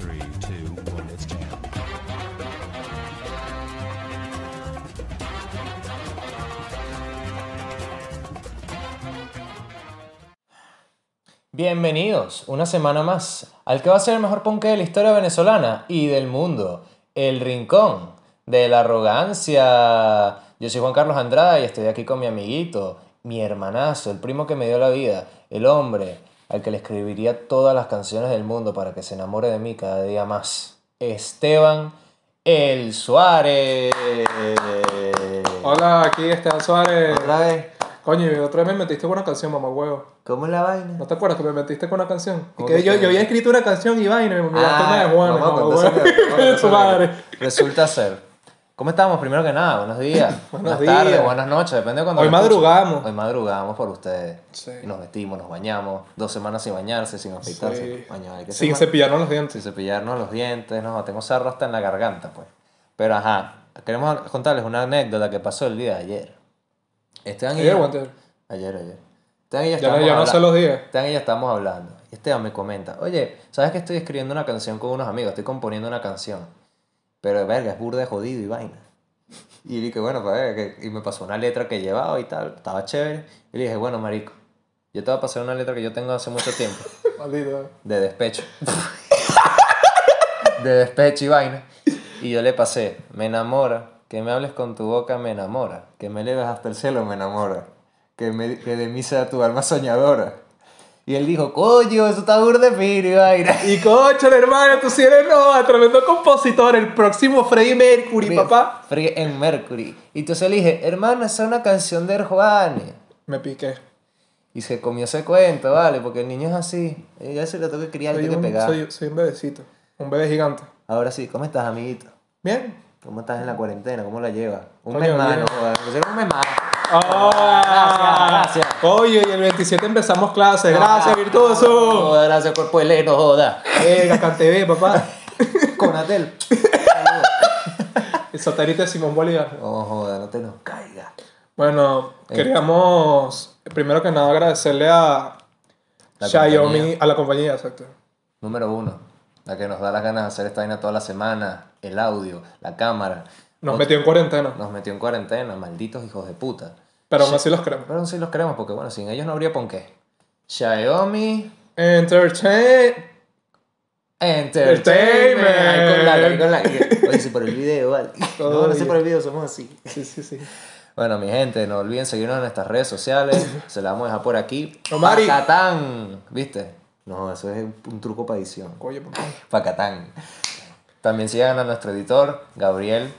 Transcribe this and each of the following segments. Three, two, one, it's jam. Bienvenidos una semana más al que va a ser el mejor ponque de la historia venezolana y del mundo, el rincón de la arrogancia. Yo soy Juan Carlos Andrada y estoy aquí con mi amiguito, mi hermanazo, el primo que me dio la vida, el hombre al que le escribiría todas las canciones del mundo para que se enamore de mí cada día más, Esteban El Suárez. Hola, aquí Esteban Suárez. Otra vez, Coño, y otra vez me metiste con una canción, mamá huevo. ¿cómo es la vaina? ¿No te acuerdas que me metiste con una canción? Y ¿Cómo que que yo, te- yo había escrito una canción y vaina y me mandaste Ah, una de Juan, vamos a mamá contar huevo. sobre- vamos a contar Su sobre- madre. Resulta ser. ¿Cómo estamos? Primero que nada, buenos días. buenas Buenos días. tardes, buenas noches, depende de cuando Hoy lo escuchen. madrugamos. Hoy madrugamos por ustedes. Sí. Y nos vestimos, nos bañamos. Dos semanas sin bañarse, sin afeitarse. Sí. Coño, hay que ser Sin más- cepillarnos los dientes. sin cepillarnos los dientes, nos tenemos sarro hasta en la garganta, pues. Pero ajá, queremos contarles una anécdota que pasó el día de ayer. Esteban y Ayer, yo- Walter. Ayer, ayer. Esteban y yo Ya, no- estábamos ya no habla- sé los días. Esteban y yo estábamos hablando. Y Esteban me comenta, oye, ¿sabes que estoy escribiendo una canción con unos amigos? Estoy componiendo una canción. Pero verga, es burda de jodido y vaina. Y dije, bueno, pues, verga, que- y me pasó una letra que llevaba y tal, estaba chévere. Y le dije, bueno, marico, yo te voy a pasar una letra que yo tengo hace mucho tiempo, Maldito. de despecho. de despecho y vaina. Y yo le pasé, me enamora, que me hables con tu boca, me enamora, que me eleves hasta el cielo, me enamora, que, me- que de mí sea tu alma soñadora. Y él dijo, coño, eso está burda de piro y vaina. Y cocho, hermano, tú sí eres no, tremendo compositor, el próximo Freddie Mercury, Mira, papá. Free en Mercury. Y entonces le dije, hermano, esa es una canción de Juanes. Me piqué. Y se comió ese cuento, vale, porque el niño es así. Ya se lo tengo que criar, Soy tengo que un, pegar. soy- soy un bebecito, un bebé gigante. Ahora sí, ¿cómo estás, amiguito? Bien. ¿Cómo estás en la cuarentena? ¿Cómo la llevas? Un Coño, mes más, bien. no jodas, me hicieron un mes más. Ah, Gracias, gracias. Oye, y el 27 empezamos clases. Gracias, virtuoso. No, gracias, cuerpo de ley, no joda. Venga, CanTV, papá. Conatel. El satélite de Simón Bolívar. No joda, no te nos caigas. Bueno, Eh. queríamos primero que nada agradecerle a La Xiaomi, compañía. a la compañía, exacto. Número uno, la que nos da las ganas de hacer esta vaina toda la semana. El audio, la cámara. Nos metió en cuarentena, Nos metió en cuarentena, malditos hijos de puta. pero aún así los queremos. Pero sí los queremos porque, bueno, sin ellos no habría ponqué. Xiaomi Entertain. Entertainment. Ay, con la, ay, con la. Oye, si por el video, vale. No, no sé Oye. por el video, somos así. Sí, sí, sí. Bueno, mi gente, no olviden seguirnos en nuestras redes sociales. Se las vamos a dejar por aquí. Omari. Pacatán. ¿Viste? No, eso es un, un truco para edición. Oye, papá. Pacatán. También sigan a nuestro editor, Gabriel.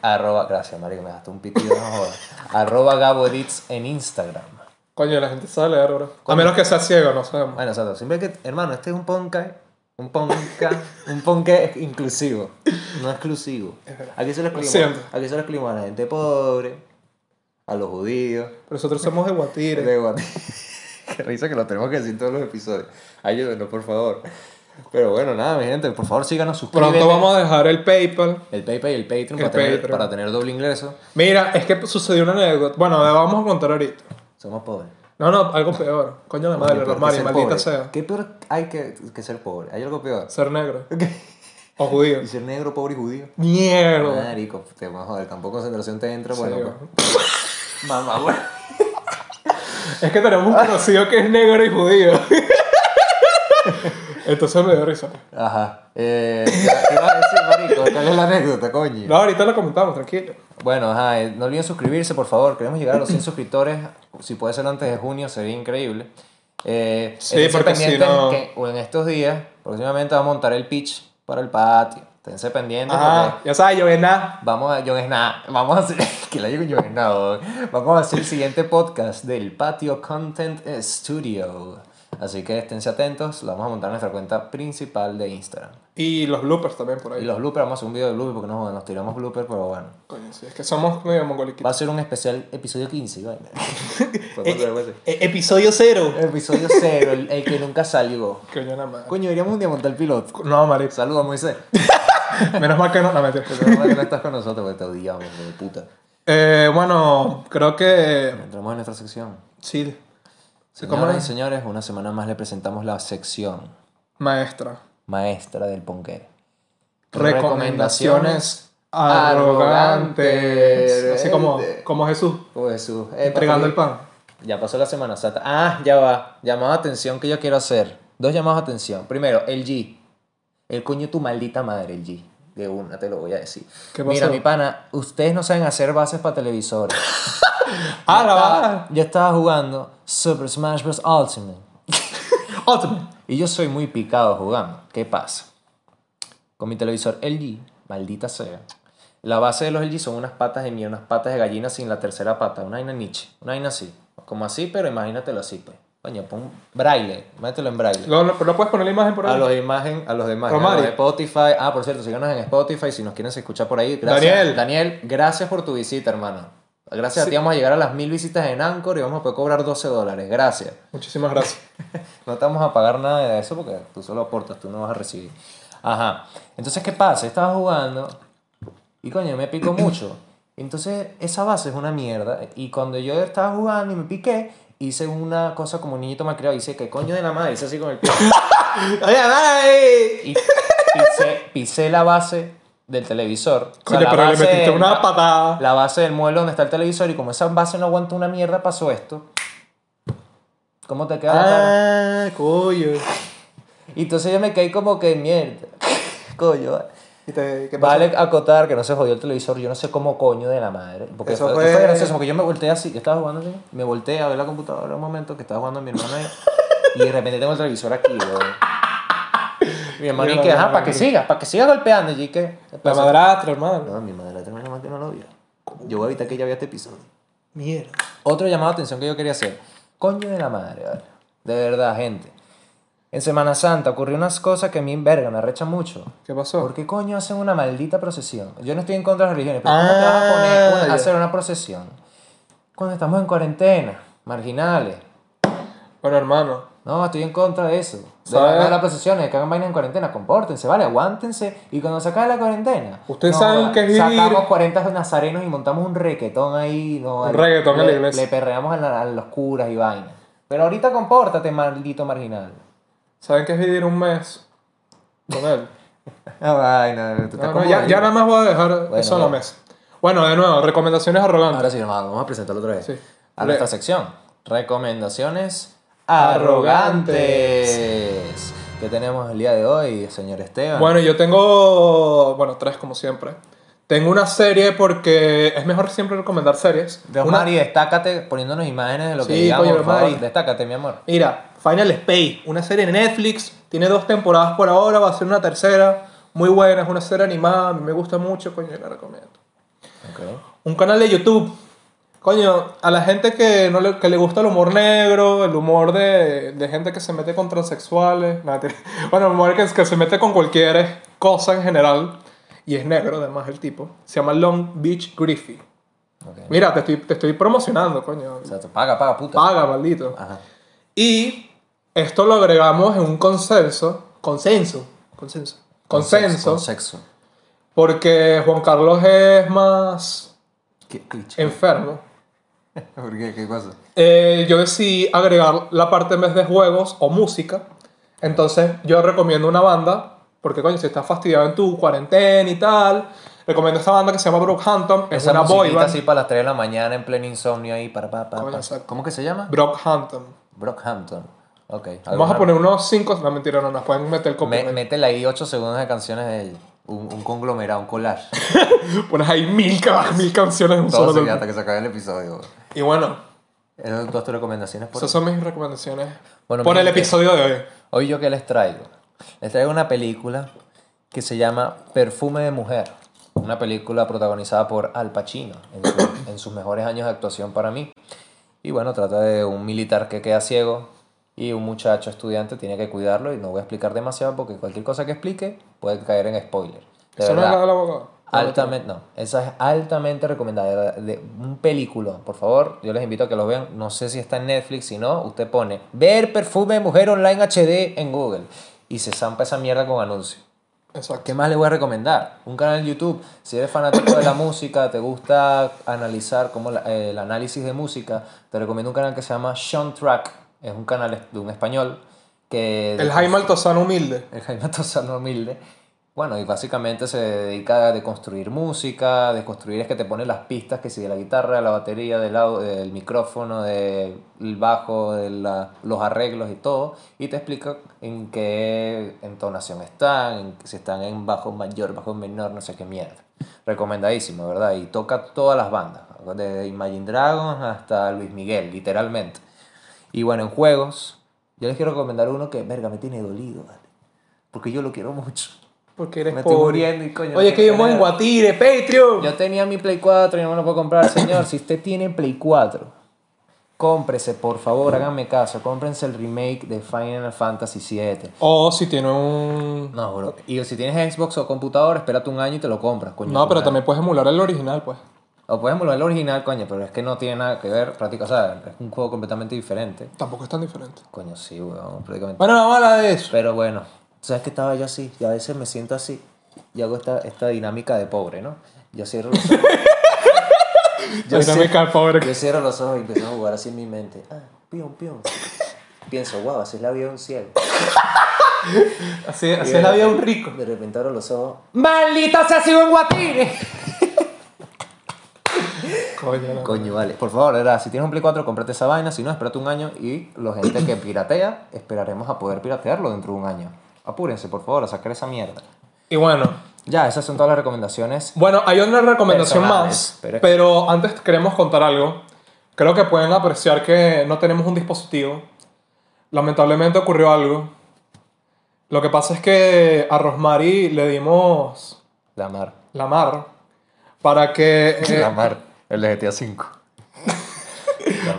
Arroba, gracias, marico, me dejaste un pitido. No jodas. arroba Gabo Edits en Instagram. Coño, la gente sabe leer ahora. A menos que sea ciego, no sabemos. Bueno, exacto. Siempre que, hermano, este es un ponca, un ponca, un ponca inclusivo, no exclusivo. Aquí se lo excluimos, Siempre. aquí se lo excluimos a la gente pobre, a los judíos. Pero nosotros somos de Guatire. de Guate- Qué risa que lo tenemos que decir todos los episodios. Ayúdenos, por favor. Pero bueno, nada, mi gente, por favor síganos, suscríbete. Pronto vamos a dejar el PayPal. El PayPal y el Patreon, El para, Tener, Patreon. para tener doble ingreso. Mira, es que sucedió una anécdota. Bueno, la vamos a contar ahorita. Somos pobres. No, no, algo peor. Coño, la madre, Oye, pero los que Mari, ser maldita pobre. sea. ¿Qué peor hay que, que ser pobre? ¿Hay algo peor? Ser negro. O judío. ¿Y ser negro, pobre y judío? Mierda. Marico, te vas a joder, tampoco concentración te entra, pues, Sí, Ah, bueno. va. pues. Mamá, güey. Es que tenemos un conocido que es negro y judío. Entonces me dio risa. Ajá. Eh, ¿Qué vas a decir, marico? ¿Cuál es la anécdota, coño? No, ahorita lo comentamos, tranquilo. Bueno, ajá, eh, no olviden suscribirse, por favor. Queremos llegar a los 100 suscriptores. Si puede ser antes de junio, sería increíble. Eh, Sí, esténse porque si pendientes no- que- o en estos días, próximamente vamos a montar el pitch para el patio. Esténse pendientes porque Ajá, Ah, ya sabes, yo nada. Vamos a John Sna- vamos a hacer que la llegue John Sna, weón. Vamos a hacer el siguiente podcast del Patio Content Studio. Así que esténse atentos, lo vamos a montar en nuestra cuenta principal de Instagram. Y los bloopers también por Y ahí. los bloopers, vamos a hacer un video de bloopers porque no, jodan, nos tiramos bloopers, pero bueno. Coño, sí, es que somos medio Va mongoliquitos. a ser un especial episodio 15, vaina. Eh, episodio cero. Episodio 0, el, el que nunca salió. Coño, nada más. Coño, deberíamos un día montar el piloto. No, marico. Saludos, Moisés. Menos mal que no. No, mentira. Menos mal que no estás con nosotros porque te odiamos, hijo de puta. Eh, bueno, creo que. Entramos en nuestra sección. Sí. Sí, ¿cómo Señoras y es? señores, una semana más le presentamos la sección. Maestra. maestra del ponqué. Recomendaciones arrogantes. Así como, como Jesús, Oh, Jesús. eh, entregando el papi, pan. Ya pasó la Semana Santa. Ah, ya va. Llamado de atención que yo quiero hacer. Dos llamados de atención. Primero, el G. El coño de tu maldita madre, el G. De una, te lo voy a decir. ¿Qué Mira, pasó? mi pana, ustedes no saben hacer bases para televisores. Ah, la Ah, va. yo estaba jugando Super Smash Bros. Ultimate. Ultimate. Y yo soy muy picado jugando. ¿Qué pasa? Con mi televisor LG, maldita sea. La base de los LG son unas patas de mierda, unas patas de gallina sin la tercera pata. Una vaina Nietzsche. Una vaina así. Como así, pero imagínatelo así, pues. Coño, pon braille. Mételo en braille. Lo, lo- pero puedes poner la imagen por A ahí. los de imagen, a los demás, Romari. de Spotify. Ah, por cierto, síganos en Spotify si nos quieren escuchar por ahí. Gracias. Daniel. Daniel, gracias por tu visita, hermano. Gracias a Sí. ti vamos a llegar a las mil visitas en Anchor y vamos a poder cobrar 12 dólares. Gracias. Muchísimas gracias. No te vamos a pagar nada de eso porque tú solo aportas, tú no vas a recibir. Ajá. Entonces, ¿qué pasa? Estaba jugando y coño, me picó mucho. Entonces, esa base es una mierda. Y cuando yo estaba jugando y me piqué, hice una cosa como un niñito malcriado. Hice que coño de la madre, hice así con el pie. Y pisé, pisé la base del televisor. O sea, Coño, la pero le base metiste del- una patada. La base del mueble donde está el televisor. Y como esa base no aguanta una mierda, pasó esto. ¿Cómo te queda la cara? Ah, coño. Y entonces yo me caí como que mierda. Coño. ¿Y te- qué pasó? Vale acotar que no se jodió el televisor, yo no sé cómo coño de la madre. Porque Eso fue, fue- fue gracioso, porque yo me volteé así, yo estaba jugando así, me volteé a ver la computadora un momento que estaba jugando mi hermano ahí, y de repente tengo el televisor aquí, weón. Mi hermano, y Mira, que, mira, ajá, para mira. que siga, para que siga golpeando, y que. La madrastra, hermano. No, mi madre, tengo una que no lo vio. Yo voy a evitar que ella vea este episodio. Mierda. Otro llamado de atención que yo quería hacer. Coño de la madre, vale. De verdad, gente. En Semana Santa ocurrió unas cosas que a mí, verga, me arrecha mucho. ¿Qué ¿Por pasó? qué coño hacen una maldita procesión? Yo no estoy en contra de las religiones, pero ¿cómo Ah, te vas a poner una- ya. a hacer una procesión? Cuando estamos en cuarentena, marginales. Bueno, hermano. No, estoy en contra de eso. De ¿Sabe? la- de las procesiones, que hagan vainas en cuarentena, compórtense, vale, aguántense. Y cuando se acabe la cuarentena, Ustedes saben que es vivir- Sacamos 40 nazarenos y montamos un requetón ahí. No, Un al- reggaetón le, en la iglesia. Le perreamos a, la- a los curas y vainas. Pero ahorita compórtate, maldito marginal. ¿Saben qué es vivir un mes con él? Ah, No, vaina, tú estás No, no, como ya, ahí. ya nada más voy a dejar eso a la ya. mesa. Bueno, de nuevo, recomendaciones arrogantes. Ahora sí, hermano, vamos a presentarlo otra vez. Sí. A Le- nuestra sección. Recomendaciones Arrogantes. arrogantes. ¿Qué tenemos el día de hoy, señor Esteban? Bueno, yo tengo, bueno, tres como siempre. Tengo una serie porque es mejor siempre recomendar series. Una, Rosmary, destácate poniéndonos imágenes de lo que Sí, digamos, coño, por favor. Rosmary. Destácate, mi amor. mira, Final Space, una serie de Netflix, tiene dos temporadas por ahora, va a ser una tercera, muy buena, es una serie animada, a mí me gusta mucho, coño, yo la recomiendo. Ok. un canal de YouTube. Coño, a la gente que, no le, que le gusta el humor negro, el humor de, de gente que se mete con transexuales, nada, te- bueno, el humor que, que se mete con cualquier cosa en general, y es negro además el tipo, se llama Long Beach Griffey. ok. Mira, te estoy, te estoy promocionando, coño. O sea, te paga, paga, puta. Paga, maldito. Ajá. Y esto lo agregamos en un consenso, consenso, consenso, Con sexo, consenso, Con sexo. porque Juan Carlos es más ¿Qué, enfermo. ¿Por qué? ¿Qué pasa? Eh, yo decidí agregar la parte en vez de juegos o música. Entonces, yo recomiendo una banda, porque coño, si estás fastidiado en tu cuarentena y tal, recomiendo esta banda que se llama Brockhampton. Es Esa una boy musiquita band. así para las 3 de la mañana en pleno insomnio ahí. Para, pa, pa, Coño, pa. exacto. ¿Cómo que se llama? Brockhampton. Brockhampton. Ok. Vamos a ¿Alguna- poner unos 5. No, mentira, no nos pueden meter el Me, copyright. métele ahí 8 segundos de canciones de ella. Un, un conglomerado, un collage. Pones ahí mil, ca- mil canciones en un Todo solo seguido tema. hasta que se acabe el episodio. güey. Y bueno, Esas son todas tus recomendaciones. Por esas son mis recomendaciones. Bueno, Pon mi el gente. episodio de hoy. Hoy yo que les traigo. Les traigo una película que se llama Perfume de Mujer. Una película protagonizada por Al Pacino en, su- en sus mejores años de actuación para mí. Y bueno, trata de un militar que queda ciego y un muchacho estudiante tiene que cuidarlo y no voy a explicar demasiado porque cualquier cosa que explique puede caer en spoiler. De Eso no es verdad. la del abogado. Altamente, no, esa es altamente recomendada. De, de- un película, por favor, yo les invito a que lo vean. No sé si está en Netflix, si no, usted pone ver perfume de mujer online HD en Google y se zampa esa mierda con anuncios. ¿Qué Exacto. más le voy a recomendar? Un canal en YouTube. Si eres fanático de la música, te gusta analizar como la- eh, el análisis de música, te recomiendo un canal que se llama Sean Track. Es un canal es- de un español que... El Jaime Altozano humilde. el Jaime Altozano humilde. Bueno, y básicamente se dedica a construir música, de construir es que te pone las pistas, que si de la guitarra, de la batería, del, au- del micrófono, del bajo, de la- los arreglos y todo, y te explica en qué entonación están, en- si están en bajo mayor, bajo menor, no sé qué mierda. Recomendadísimo, ¿verdad? Y toca todas las bandas, desde Imagine Dragons hasta Luis Miguel, literalmente. Y bueno, en juegos, yo les quiero recomendar uno que, verga, me tiene dolido, ¿vale? Porque yo lo quiero mucho. Porque eres Me estoy pobre. muriendo y coño. Oye, no que quiero vivimos en nada. Guatire, Patreon. Yo tenía mi Play 4 y no me lo puedo comprar, señor. si usted tiene Play 4, cómprese, por favor, háganme caso. Cómprense el remake de Final Fantasy VII. O si tiene un. No, bro. Y si tienes Xbox o computadora, espérate un año y te lo compras, coño. No, pero tu madre. también puedes emular el original, pues. O puedes emular el original, coño, pero es que no tiene nada que ver, prácticamente. O sea, es un juego completamente diferente. Tampoco es tan diferente. Coño, sí, weón, prácticamente. Bueno, vamos a hablar de eso. Pero bueno, sabes que estaba yo así, y a veces me siento así, y hago esta, esta dinámica de pobre, ¿no? Yo cierro los ojos, Yo sé. también cae pobre. yo cierro los ojos y empiezo a jugar así en mi mente. Ah, pion, pion. Pienso, wow, así es la vida de un ciego. Así, así es la vida de un rico. De repente abro los ojos. ¡Maldita sea, sido un guatine! Coño, no. Coño, vale. Por favor, era, si tienes un Play 4, cómprate esa vaina. Si no, espérate un año. Y la gente que piratea, esperaremos a poder piratearlo dentro de un año. Apúrense, por favor, a sacar esa mierda. Y bueno, Ya, esas son todas las recomendaciones. Bueno, hay una recomendación Personales, más, pero- pero... antes queremos contar algo. Creo que pueden apreciar que no tenemos un dispositivo. Lamentablemente ocurrió algo. Lo que pasa es que a Rosmary le dimos La mar. la mar para que, eh, La mar. El de GTA 5.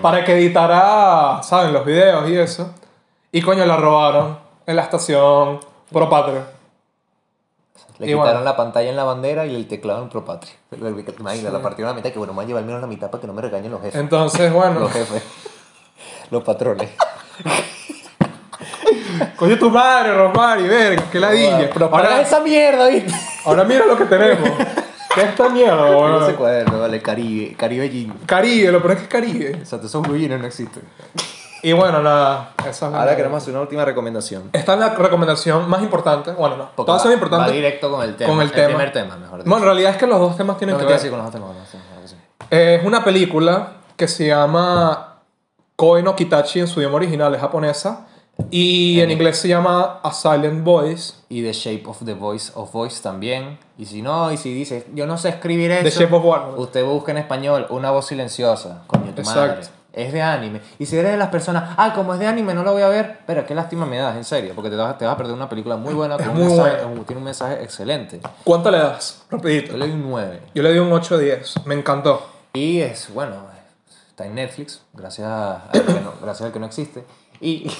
para que editara, ¿saben? Los videos y eso. Y coño, la robaron en la estación Propatria. Le Y quitaron bueno. la pantalla en la bandera y el teclado en ProPatria. Imagina, la partieron a la mitad, que bueno, me van a llevar al menos la mitad para que no me regañen los jefes. Entonces, bueno, Los jefes. Los patrones. coño tu madre, Rosmary, verga, qué ladilla. Pero para Ahora, esa mierda, ¿viste? ahora mira lo que tenemos. ¿Qué es esta mierda, No sé weón? cuál es, no, vale, Caribe, Caribe Jean. Caribe, lo peor es que es Caribe. O sea, esos bluejeans no existen. Y bueno, nada, esa es la- Ahora queremos hacer una última recomendación. Esta es la recomendación más importante. Bueno, no, Porque todas va- son Va importantes. directo con el tema. Con el tema. primer tema, mejor dicho. Bueno, en realidad es que los dos temas tienen no me que quedo ver. así con los dos temas. con los dos temas, claro que sí. es una película que se llama Koi no Kitachi en su idioma original, es japonesa. Y en inglés se llama A Silent Voice. Y The Shape of the Voice of Voice también. Y si no, y si dices, yo no sé escribir eso. The Shape of Water. Usted busca en español una voz silenciosa, coño tu madre. Exacto. Es de anime. Y si eres de las personas, ah, como es de anime, no lo voy a ver. Pero qué lástima me das, en serio. Porque te vas, te vas a perder una película muy buena. Con un muy mensaje- buena. un- tiene un mensaje excelente. ¿Cuánto le das? Rapidito. Yo le doy un 9. Yo le di un 8 de 10. Me encantó. Y es, bueno, está en Netflix, gracias, a- al que no, gracias al que no existe. Y.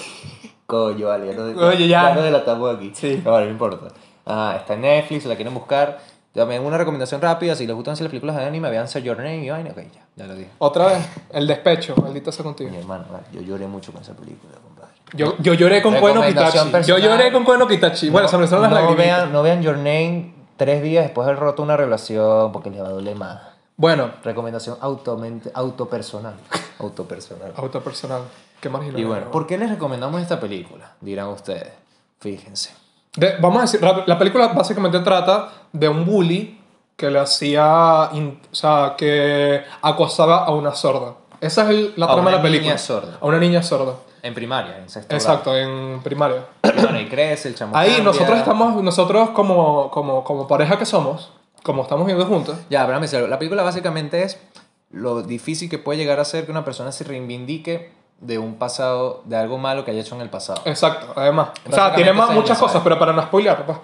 Coño, vale, ya no, Oye, ya. nos delatamos aquí. Sí. No, vale, no importa. Ah, está en Netflix, la quieren buscar. También una recomendación rápida: si les gustan así las películas de anime, vean Your Name y vaina. Ok, ya, ya lo dije. Otra vez, el despecho, maldita sea contigo. Mi hermano, vale, yo lloré mucho con esa película, compadre. Yo, yo lloré con Koi no Kitachi. Recomendación Yo personal. lloré con Koi no Kitachi. Bueno, se me salieron las no, lagrimitas. vean, no vean Your Name tres días después de haber roto una relación porque les va a doler más. Bueno, Recomendación automente, autopersonal. autopersonal. autopersonal. Qué marginal. Y bueno, ¿por qué les recomendamos esta película? Dirán ustedes. Fíjense. De- vamos a decir, rap- la película básicamente trata de un bully que le hacía. in- o sea, que acosaba a una sorda. Esa es el- la A trama una de la película. niña sorda. A una niña sorda. En primaria, en sexto Exacto, en primaria. grado. Y bueno, y crece, el chamo Ahí cambia. nosotros estamos, nosotros como, como, como pareja que somos, como estamos viendo juntos, Ya, pero déjame decir algo. La película básicamente es lo difícil que puede llegar a ser que una persona se reivindique de un pasado, de algo malo que haya hecho en el pasado. Exacto, además. O sea, Básicamente tiene más, ese es el muchas mensaje. cosas, pero para no spoilear, pues.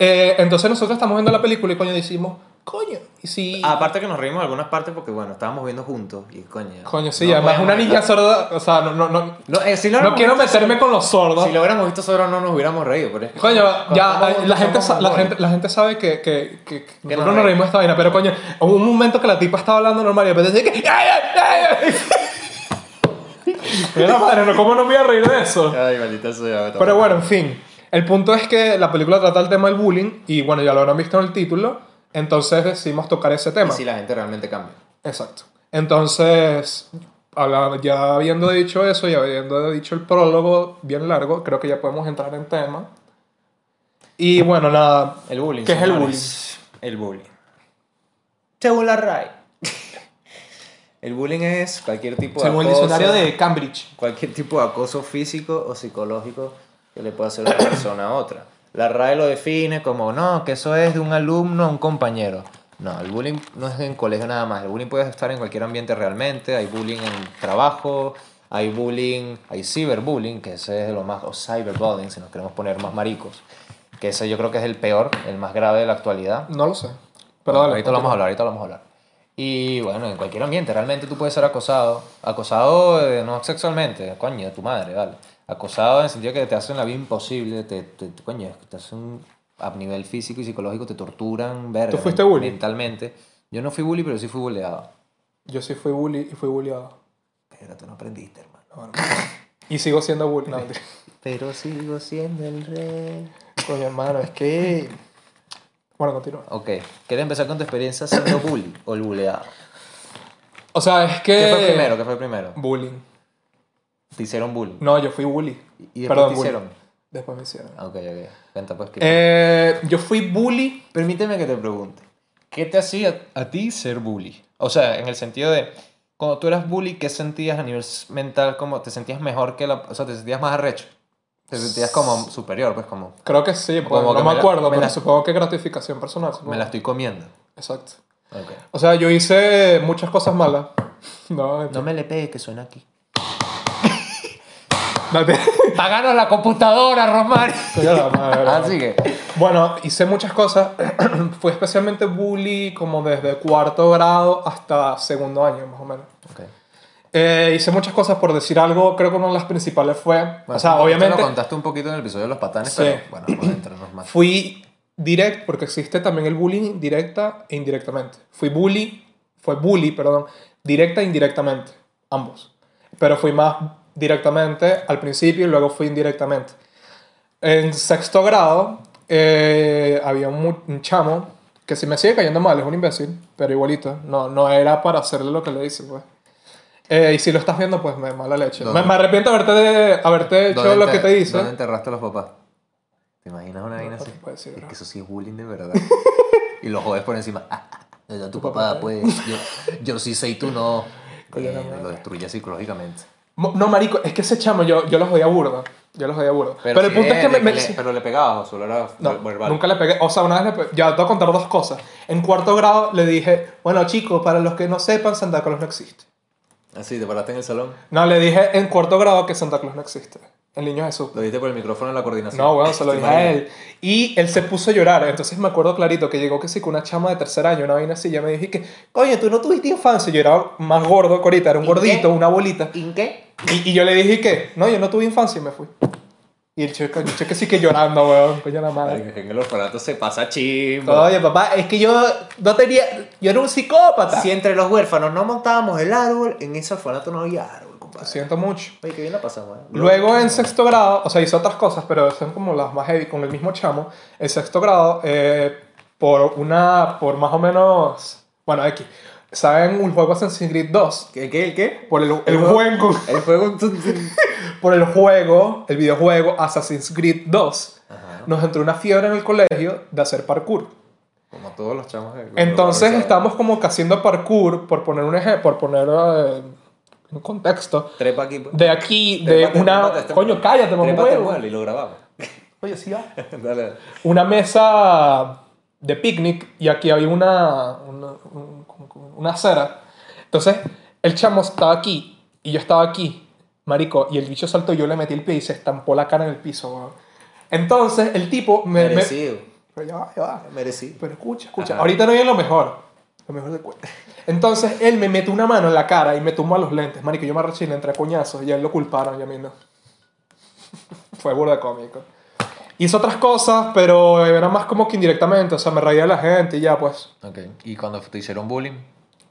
Eh, entonces nosotros estamos viendo la película y coño decimos, coño, y si... Aparte que nos reímos en algunas partes porque, bueno, estábamos viendo juntos y coño. coño, sí, no además podemos una estar- niña sorda, o sea, no, no, no, No, eh, si lo no hubiéramos quiero visto- meterme con los sordos. Si lo hubiéramos visto solo no nos hubiéramos reído, pero es que- Coño, Somos- ya la somos gente, sa- la, mongoles. gente, la gente sabe que, que, que, que Que nos nosotros nos reímos. reímos de esta vaina, pero coño, hubo un momento que la tipa estaba hablando normal y de repente dice que... ¡Ay, ay, ay, ay! Mira, madre, no, ¿cómo no me voy a reír de eso? Ay, maldita sea. Pero bueno, en fin. El punto es que la película trata el tema del bullying y bueno, ya lo habrán visto en el título, entonces decidimos tocar ese Y tema. si la gente realmente cambia. Exacto. Entonces, habla- ya habiendo dicho eso y habiendo dicho el prólogo bien largo, creo que ya podemos entrar en tema. Y bueno, nada. El bullying. ¿Qué es el señores. El bullying. Según la RAI. el bullying es cualquier tipo de Según el acoso, diccionario de Cambridge. cualquier tipo de acoso físico o psicológico que le pueda hacer una persona a otra. La RAE lo define como, no, que eso es de un alumno a un compañero. No, el bullying no es en colegio nada más. El bullying puede estar en cualquier ambiente realmente. Hay bullying en trabajo, hay bullying, hay ciberbullying, que ese es lo más, o cyberbullying, si nos queremos poner más maricos. Que ese yo creo que es el peor, el más grave de la actualidad. No lo sé. Pero dale. Ah, Ahorita lo vamos a hablar, ahorita lo vamos a hablar. Y bueno, en cualquier ambiente, realmente tú puedes ser acosado. Acosado eh, no sexualmente, coño, de tu madre, vale. Acosado en el sentido que te hacen la vida imposible, te, te- te- coño, te hacen a nivel físico y psicológico, te torturan, verga. ¿Tú fuiste bully? Mentalmente. Yo no fui bully, pero sí fui bulleado. Yo sí fui bully y fui bulleado. Pero tú no aprendiste, hermano. Bueno. y sigo siendo bully. No, mentira. Pero sigo siendo el rey. Coño, hermano, es que. Bueno, continúa. Ok, ¿quieres empezar con tu experiencia siendo bully o el bulleado? O sea, es que. ¿Qué fue primero? ¿Qué fue primero? Bullying. Te hicieron bullying. No, yo fui bully. ¿Y después te bully. hicieron? Después me hicieron. Ah, Ok, ok. Cuenta pues que... Eh, yo fui bully. Permíteme que te pregunte, ¿qué te hacía a ti ser bully? O sea, en el sentido de, cuando tú eras bully, ¿qué sentías a nivel s- mental? Como, ¿Te sentías mejor que la... O sea, ¿te sentías más arrecho? ¿Te sentías como superior? Pues como, Creo que sí, pues, Como no que me me la- acuerdo, me pero la- supongo que gratificación personal. supongo. me la estoy comiendo. Exacto. Ok. O sea, yo hice muchas cosas malas. No, No mentira. me le pegue que suena aquí. no te- ¡Pagaron la computadora, Romario! Coño, la madre. Así que... Bueno, hice muchas cosas. Fui especialmente bully como desde cuarto grado hasta segundo año, más o menos. Ok. Eh, hice muchas cosas por decir algo. Creo que una de las principales fue. Bueno, o sea, esto obviamente. lo contaste un poquito en el episodio de los patanes, Sí. pero bueno, vamos a entrarnos más. Fui direct, porque existe también el bullying directa e indirectamente. Fui bully, fue bully, perdón, directa e indirectamente, ambos. Pero fui más directamente al principio y luego fui indirectamente. En sexto grado eh, había un, mu- un chamo que si me sigue cayendo mal, es un imbécil, pero igualito, no, no era para hacerle lo que le hice, pues. Eh, y si lo estás viendo, pues me mala leche. Me, ¿Dónde? me arrepiento de haberte, de, haberte hecho ¿Dónde lo enter- que te hice. ¿Dónde enterraste a los papás? ¿Te imaginas una vaina así? te puedo decir, es bro. que eso sí es bullying de verdad. y los jodes por encima. "Ah, ah, era tu papá papá, está pues. Yo, yo sí sé y tú no. Coño, la Eh, madre. lo destruye psicológicamente. Mo- No, marico, es que ese chamo yo, yo los odia burda. Yo los odia burda. Pero, el punto es que me. me- pero eh, le pegabas o solo era no, nunca le pegué. O sea, una vez le pegué. Ya te voy a contar dos cosas. En cuarto grado le dije, bueno, chicos, para los que no sepan, Santa Claus no existe. Así, te paraste en el salón. No, le dije en cuarto grado que Santa Claus no existe. El niño Jesús. Lo diste por el micrófono en la coordinación. No, weón, se lo dije a él. Y él se puso a llorar. Entonces me acuerdo clarito que llegó que sí, con una chama de tercer año, una vaina así. Ya me dije que, coño, tú no tuviste infancia. Yo era más gordo que ahorita, era un ¿Y qué? gordito, una bolita. ¿En qué? Y, y yo le dije que, no, yo no tuve infancia y me fui. Y el chico, el chico sí que llorando, weón, coño la madre. En el orfanato se pasa chimbo. Oye, papá, es que yo no tenía, yo era un psicópata. Si entre los huérfanos no montábamos el árbol, en ese orfanato no había árbol, Lo compadre. siento mucho. Oye, qué bien la pasamos. ¿eh? Luego en sexto grado, o sea, hice otras cosas, pero son como las más heavy con el mismo chamo. En sexto grado, eh, por una, por más o menos, bueno, aquí, ¿saben un juego Assassin's Creed 2? ¿Qué, qué, el qué? Por el, el juego, El juego. por el juego, el videojuego Assassin's Creed 2, nos entró una fiebre en el colegio de hacer parkour. Como todos los chamos. Entonces estamos como que haciendo parkour, por poner un eje, por poner eh, un contexto, Trepa aquí. pues. de aquí, de Trépate, una... trépate, este coño, cállate, mamá, Trépate al huevo. mueble y lo grabamos. Oye, sí va. Dale. Una mesa de picnic y aquí había una, una, un- como- como una acera. Entonces, el chamo estaba aquí y yo estaba aquí, marico, y el bicho saltó y yo le metí el pie y se estampó la cara en el piso, weón. Entonces, el tipo me... me- Merecido. Pero ya va, ya va. Merecido. Pero escucha, escucha. Ajá. Ahorita no viene lo mejor. Lo mejor de cuenta. Entonces él me mete una mano en la cara y me tumbó a los lentes. Marico, yo me arreché y le entré a coñazos y a él lo culparon y a mí no. Fue burda cómico. Hizo otras cosas, pero era más como que indirectamente. O sea, me reía de la gente y ya, pues. Ok. ¿Y cuando te hicieron bullying?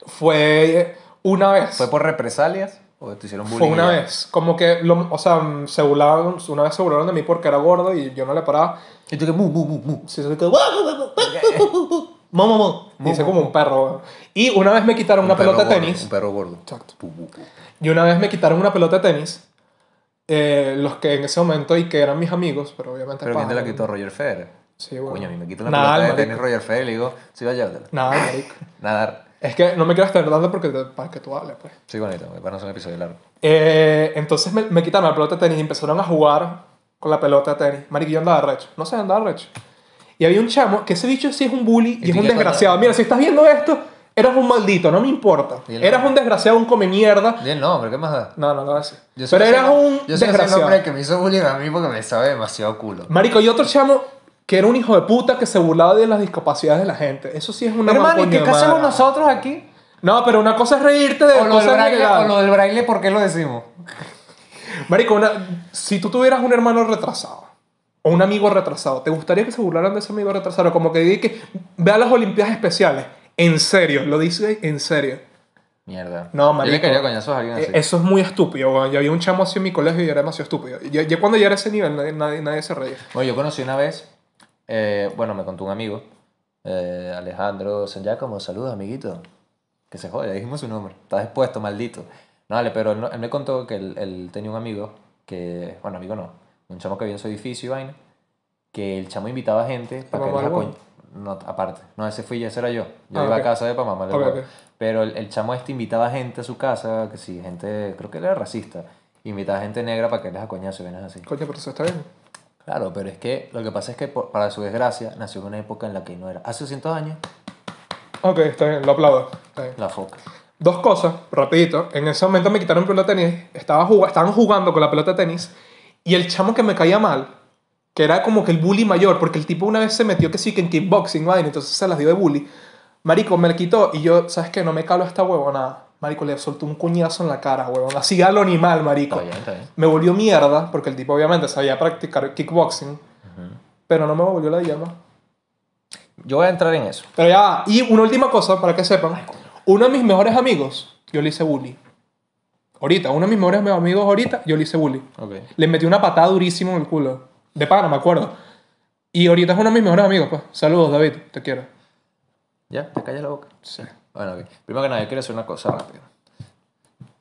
Fue una vez. ¿Fue por represalias o te hicieron bullying? Fue una y ya? vez. Como que, lo- o sea, se burlaron, una vez se burlaron de mí porque era gordo y yo no le paraba. Y tú que mu, mu, mu, mu. Sí, se quedó, "Guau, guau, guau, guau, guau, guau, guau". Mo, mo, mo. Dice como un perro. weón. Y una vez me quitaron una Un perro pelota de gordo, tenis. Un perro gordo. Exacto. Pu, pu, pu. Y una vez me quitaron una pelota de tenis. eh, los que en ese momento y que eran mis amigos, pero obviamente. Pero ¿quién te la paja, quitó? Roger Federer. Sí, bueno. Coño, a mí me quita una Nadal, pelota de marico. tenis Roger Federer y le digo, sí, va a llevártela. Nada, marico. Nadar. Es que no me quiero estar dando porque te- para que tú hables, pues. Sí, bonito, para no ser un episodio largo. Eh, entonces me, me quitaron la pelota de tenis y empezaron a jugar con la pelota de tenis. Marico, yo andaba recho. No sé, andaba recho. Y había un chamo, que ese bicho sí es un bully ¿Y y es tú un qué desgraciado. cuando- Mira, si estás viendo esto, eres un maldito, no me importa. Dile. Eras un desgraciado, un come mierda. Bien, no, pero ¿qué más da? No, no, no, así. Yo soy Pero ese eras no- un Yo soy ese desgraciado. hombre que me hizo bullying a mí porque me sabe demasiado culo. Marico, y otro chamo que era un hijo de puta que se burlaba de las discapacidades de la gente. Eso sí es una Hermano, ¿y mampoña qué de qué hacemos madre. nosotros aquí? No, pero una Eh, cosa es reírte de O lo, cosas del braille, legales. o lo del braille, ¿por qué lo decimos? Marico, una- si tú tuvieras un hermano retrasado o un amigo retrasado, ¿te gustaría que se burlaran de ese amigo retrasado? Como que diga que ve a las Olimpiadas Especiales. En serio, lo dice en serio. Mierda. No, Yo marico. le quería coñazos a alguien así. Eh, Eso es muy estúpido, weón. Yo había un chamo así en mi colegio y era demasiado estúpido. Yo, yo cuando ya era a ese nivel, nadie, nadie, nadie se reía. Bueno, yo conocí una vez, eh, bueno, me contó un amigo, eh, Alejandro San Giacomo, saludos, amiguito. Que se jode, ya dijimos su nombre. Estás expuesto, maldito. No, vale, pero él, no- él me contó que él, él tenía un amigo que, bueno, amigo no, un chamo que había en su edificio y vaina, que el chamo invitaba gente para que mamá los del acoñ- No, aparte. No, ese fui yo, ese era yo. Yo Ah, iba ok. a casa de para mamá. Ok, ok. Pero el, el chamo este invitaba gente a su casa, que sí, gente, creo que él era racista. Invitaba gente negra para que les acoñase, vainas así. Coño, pero eso está bien. Claro, pero es que lo que pasa es que, por- para su desgracia, nació en una época en la que no era. Hace 200 años, Ok, está bien, lo aplaudo. Está bien. la foca. Dos cosas, rapidito. En ese momento me quitaron pelota de tenis. Estaba jug- estaban jugando con la pelota de tenis. Y el chamo que me caía mal, que era como que el bully mayor, porque el tipo una vez se metió que sí, que en kickboxing, vaina, entonces se las dio de bully. Marico, me la quitó y yo, ¿sabes qué? No me calo a esta huevonada. Marico, le soltó un cuñazo en la cara, huevón. Así a lo animal, marico. Está bien, está bien. Me volvió mierda, porque el tipo obviamente sabía practicar kickboxing. Pero no me volvió la llama. Yo voy a entrar en eso. Pero ya, va. y una última cosa para que sepan. Uno de mis mejores amigos, yo le hice bully. Ahorita, uno de mis mejores amigos ahorita, yo le hice bully. Ok. Le metí una patada durísima en el culo. De pana, me acuerdo. Y ahorita es uno de mis mejores amigos, pues. Saludos, David, te quiero. ¿Ya? ¿Te callas la boca? Sí. Bueno, ok. Primero que nada, yo quiero hacer una cosa rápida.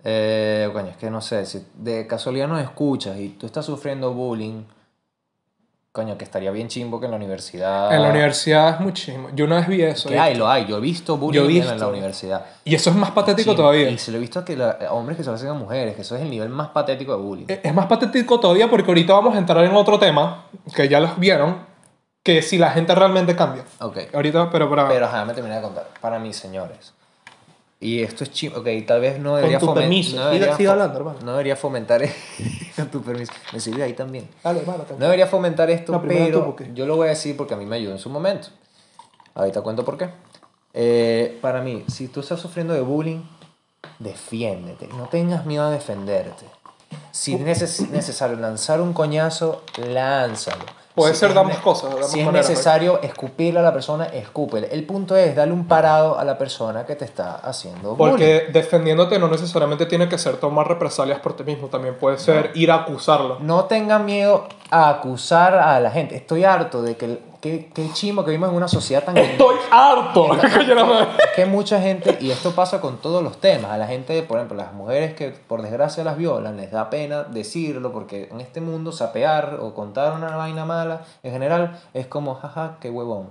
Eh, coño, es que no sé, si de casualidad nos escuchas y tú estás sufriendo bullying, coño, que estaría bien chimbo que en la universidad... En la universidad es muchísimo. Yo una vez vi eso. Que ¿eh? Ah. hay, lo hay. Yo he visto bullying Yo he en visto. la universidad. Y eso es más patético Sí, todavía. Y se lo he visto que la- a hombres que se lo hacen a mujeres, que eso es el nivel más patético de bullying. Eh, Es más patético todavía porque ahorita vamos a entrar en otro tema, que ya los vieron, que si la gente realmente cambia. Ok. Ahorita, pero para... Pero ajá, me terminé de contar. Para mí, señores. Y esto es chido. Ok, tal vez no Con debería tu fomentar. permiso. No Sigue- debería, sigue fo- hablando, hermano. No debería fomentar. con tu permiso. Me sirve ahí también. Dale, hermano, te- No debería fomentar esto, No, primero tú, pero ¿por qué? yo lo voy a decir porque a mí me ayudó en su momento. Ahorita cuento por qué. Eh, para mí, si tú estás sufriendo de bullying, defiéndete. No tengas miedo a defenderte. Si es neces- necesario lanzar un coñazo, lánzalo. Puede Si ser es de ambas ne- cosas, de ambas Si es maneras, ¿no? necesario escupirle a la persona, escúpele. El punto es darle un parado a la persona que te está haciendo bullying. Porque defendiéndote no necesariamente tiene que ser tomar represalias por ti mismo, también puede ser ir a acusarlo. No tengan miedo a acusar a la gente. Estoy harto de que el, que, que chimo que vivimos en una sociedad tan Estoy harto. Coño, la madre. Es que mucha gente, y esto pasa con todos los temas, a la gente, por ejemplo, las mujeres que por desgracia las violan, les da pena decirlo, porque en este mundo sapear o contar una vaina mala, en general, es como, jaja, qué huevón.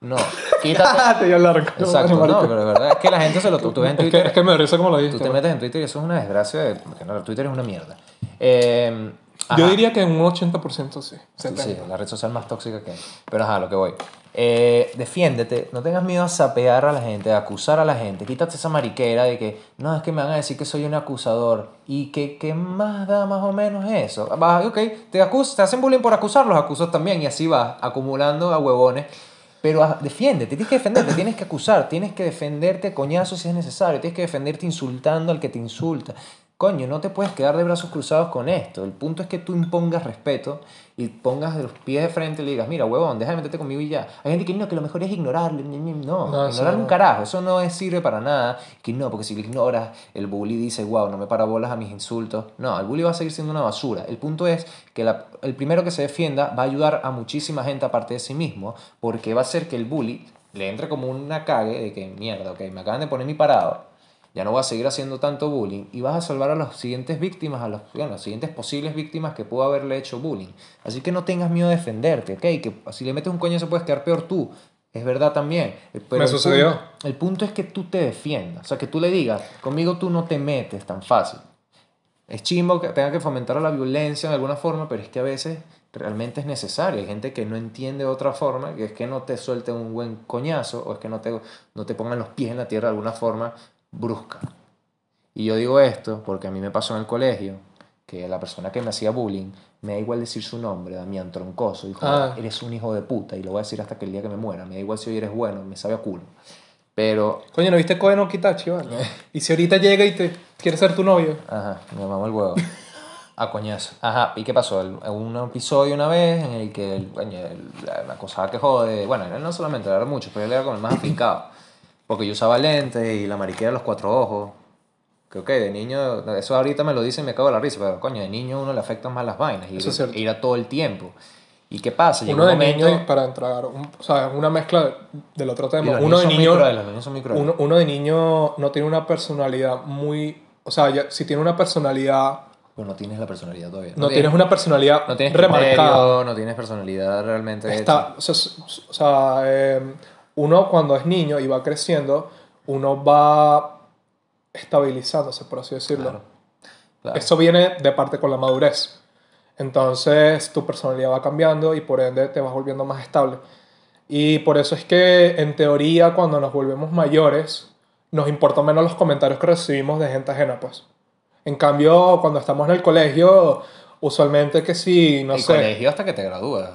No, quítate. Te dio largo. Exacto, no, pero de verdad es que la gente se lo tú, tú ves en Es que, Twitter, es que me da risa como lo tú dijiste. te metes en Twitter y eso es una desgracia, de, porque no, Twitter es una mierda. Eh, Yo ajá. diría que en un 80% sí. Sí, 70. sí, la red social más tóxica que hay. Pero ajá, lo que voy. Eh, defiéndete, no tengas miedo a sapear a la gente, a acusar a la gente. Quítate esa mariquera de que, no, es que me van a decir que soy un acusador. ¿Y que, qué más da más o menos eso? Vas, ok, te, acus te hacen bullying por acusar, los acusas también y así vas acumulando a huevones. Pero ah, defiéndete, tienes que defenderte, tienes que acusar, tienes que defenderte coñazo si es necesario, tienes que defenderte insultando al que te insulta. Coño, no te puedes quedar de brazos cruzados con esto. El punto es que tú impongas respeto y pongas los pies de frente y le digas, mira, huevón, déjame meterte conmigo y ya. Hay gente que no, que lo mejor es ignorarle. Ñe, Ñe, No, No, eso ignorarle no. un carajo, eso no es- sirve para nada. Que no, porque si lo ignoras, el bully dice, wow, no me para bolas a mis insultos. No, el bully va a seguir siendo una basura. El punto es que la- el primero que se defienda va a ayudar a muchísima gente aparte de sí mismo, porque va a hacer que el bully le entra como una cague de que mierda, ok, me acaban de poner mi parado, ya no voy a seguir haciendo tanto bullying y vas a salvar a las siguientes víctimas, a los, bueno, las siguientes posibles víctimas que pudo haberle hecho bullying. Así que no tengas miedo de defenderte, ok, que si le metes un coño se puedes quedar peor tú. Es verdad también. eh, Pero Me el sucedió. punto- el punto es que tú te defiendas, o sea, que tú le digas, conmigo tú no te metes tan fácil. Es chimbo que tenga que fomentar la violencia de alguna forma, pero es que a veces realmente es necesario. Hay gente que no entiende de otra forma, que es que no te suelten un buen coñazo o es que no te, no te pongan los pies en la tierra de alguna forma brusca. Y yo digo esto porque a mí me pasó en el colegio que la persona que me hacía bullying, me da igual decir su nombre, Damián Troncoso, dijo, Ah. eres un hijo de puta y lo voy a decir hasta que el día que me muera, me da igual si hoy eres bueno, me sabe a culo. Pero Coño, ¿no viste Koe no Kitachi, vale? Eh. Y si ahorita llega y te quiere ser tu novio. Ajá, me mamó el huevo. A coñazo. Ajá, ¿y qué pasó? El- Hubo un episodio una vez en el que el, coño, el- la- la acosaba que jode. Bueno, él no solamente, era mucho, pero él era como el más afincado. Porque yo usaba lentes y la mariquera de los cuatro ojos. Que ok, de niño, eso ahorita me lo dicen y me cago en la risa, pero coño, de niño a uno le afectan más las vainas. Y Eso es cierto. ir a todo el tiempo. ¿Y qué pasa? Llegó Uno de un momento- niño, para entrar, un- o sea, una mezcla de- del otro y tema. los Uno niños de son muy niño, crueles, los niños son muy crueles. uno, uno de niño no tiene una personalidad muy, o sea, ya- si tiene una personalidad, Pero no tienes la personalidad todavía. no tienes una personalidad no tienes remarcada. criterio, no tienes personalidad realmente. hecha. Está, o sea, s- s- o sea, eh, uno cuando es niño y va creciendo, uno va estabilizándose, por así decirlo. Claro. Claro. Eso viene de parte con la madurez. Entonces tu personalidad va cambiando y por ende te vas volviendo más estable. Y por eso es que en teoría cuando nos volvemos mayores nos importan menos los comentarios que recibimos de gente ajena, pues. En cambio, cuando estamos en el colegio, usualmente que si, no el sé, colegio hasta que te gradúas.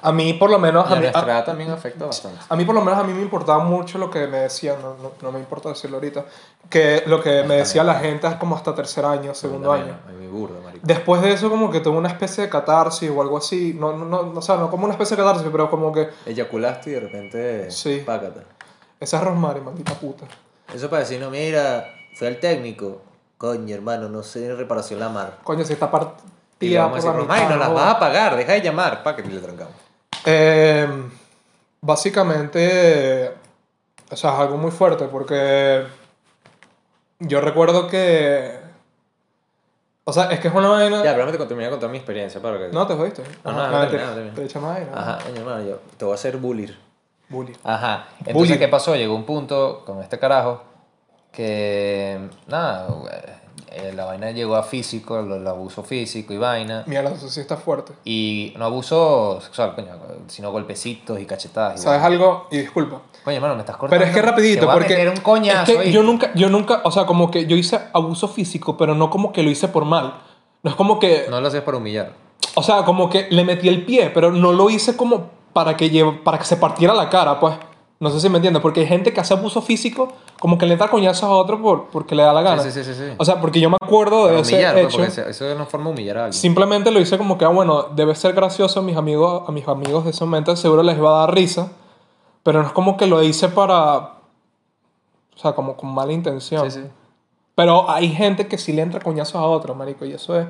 a mí por lo menos... La a mí- a- nuestra edad también afecta bastante. a mí por lo menos a mí me importaba mucho lo que me decían, no, no- no me importa decirlo ahorita, que lo que me decía la gente como hasta tercer año, segundo año. A mí me burda, marico. Después de eso como que tuve una especie de catarsis o algo así, no, no, no, o sea, no como una especie de catarsis, pero como que Eyaculaste y de repente... Sí. Pácata. esa es Rosemary, maldita puta. Eso para decir, no, mira, fue el técnico. Coño, hermano, no sé reparación la mar. Coño, si está Y le partida vamos a decir, por la Romay, no mitad, las ¿no? vas a pagar, deja de llamar. Pa' que le trancamos. Eh, básicamente, o sea, es algo muy fuerte porque yo recuerdo que, o sea, es que es una vaina... Ya, pero no te terminé de contar mi experiencia. Para que... No, te jodiste. No, no, Ajá, no, nada, termina, te, termina. te echa más aire. Ajá, coño, hermano, yo te voy a hacer bullying. Bullying. Ajá. Entonces, Bullying. ¿qué pasó? Llegó un punto con este carajo que, nada, eh, la vaina llegó a físico, el, el abuso físico y vaina. Mira, eso sí está fuerte. Y no abuso sexual, coño, sino golpecitos y cachetadas. y ¿Sabes vaina. algo? Y disculpa. Coño, hermano, me estás cortando. Pero es que Te rapidito, voy a porque meter un coñazo es que ahí. yo nunca, yo nunca, o sea, como que yo hice abuso físico, pero no como que lo hice por mal. No es como que, No lo haces para humillar. o sea, como que le metí el pie, pero no lo hice como para que llev- para que se partiera la cara, pues. No sé si me entiendes, porque hay gente que hace abuso físico, como que le da coñazos a otro por, porque le da la gana. sí, sí, sí, sí. O sea, porque yo me acuerdo de Para ese humillar, pues, hecho. porque eso eso es una forma de humillar a alguien. Simplemente lo hice como que, ah, bueno, debe ser gracioso a mis amigos, a mis amigos de ese momento, seguro les va a dar risa, pero no es como que lo hice para, o sea, como con mala intención. Sí, sí. Pero hay gente que sí le entra coñazos a otros, marico, y eso es,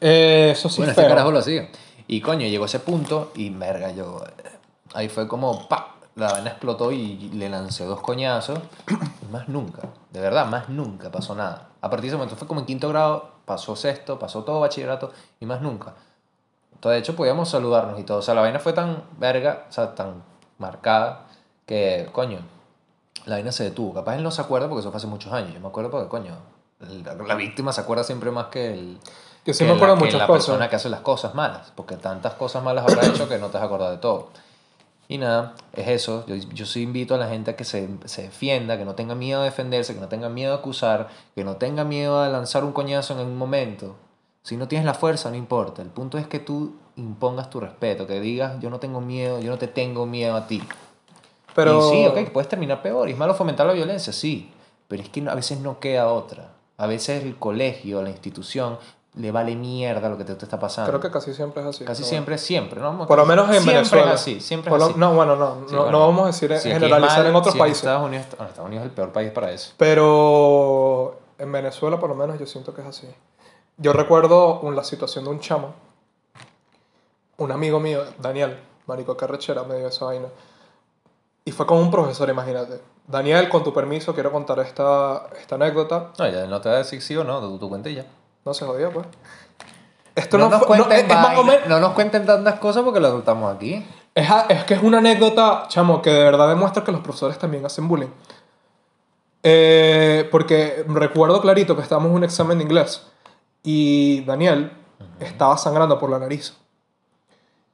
eh, eso sí bueno, es este feo. carajo lo hacía. Y coño, llegó ese punto y verga, yo. eh, Ahí fue como pa, la vaina explotó y le lancé dos coñazos. Y más nunca, de verdad, más nunca pasó nada. A partir de ese momento fue como en quinto grado, pasó sexto, pasó todo bachillerato y más nunca. Entonces, de hecho, podíamos saludarnos y todo. O sea, la vaina fue tan verga, o sea, tan marcada, que, coño, la vaina se detuvo. Capaz él no se acuerda porque eso fue hace muchos años. Yo me acuerdo porque, coño, la, la víctima se acuerda siempre más que el. Yo que sí me acuerdo la- de que muchas la cosas. persona que hace las cosas malas. Porque tantas cosas malas habrá hecho que no te has acordado de todo. Y nada, es eso. Yo, yo sí invito a la gente a que se, se defienda, que no tenga miedo a defenderse, que no tenga miedo a acusar, que no tenga miedo a lanzar un coñazo en algún momento. Si no tienes la fuerza, no importa. El punto es que tú impongas tu respeto, que digas, yo no tengo miedo, yo no te tengo miedo a ti. Pero, Y sí, ok, puedes terminar peor. y es malo fomentar la violencia, sí. Pero es que no- a veces no queda otra. A veces el colegio, la institución, le vale mierda lo que te, te está pasando. creo que casi siempre es así. Casi pero siempre, siempre, ¿no? bueno. Por lo menos en siempre Venezuela. es así, siempre Por es lo- así. No, bueno, no, Sí, no, bueno. no vamos a decir Si aquí es generalizar mal, en otros si países. Estados Unidos, ah, Estados Unidos es el peor país para eso. Pero en Venezuela, por lo menos, yo siento que es así. Yo recuerdo un- la situación de un chamo, un amigo mío, Daniel, Marico Carrechera, me dio esa vaina. Y fue con un profesor, imagínate. Daniel, con tu permiso, quiero contar esta, esta anécdota. No, ya no te va a decir sí o no, tú, tú cuenta y ya. No se jodió, pues. Esto No, no, nos fue- no, cuenten es, es más o vaina- menos- no nos cuenten tantas cosas porque lo adoptamos aquí. es a- es que es una anécdota, chamo, que de verdad demuestra que los profesores también hacen bullying. Eh, porque recuerdo clarito que estábamos en un examen de inglés y Daniel estaba sangrando por la nariz.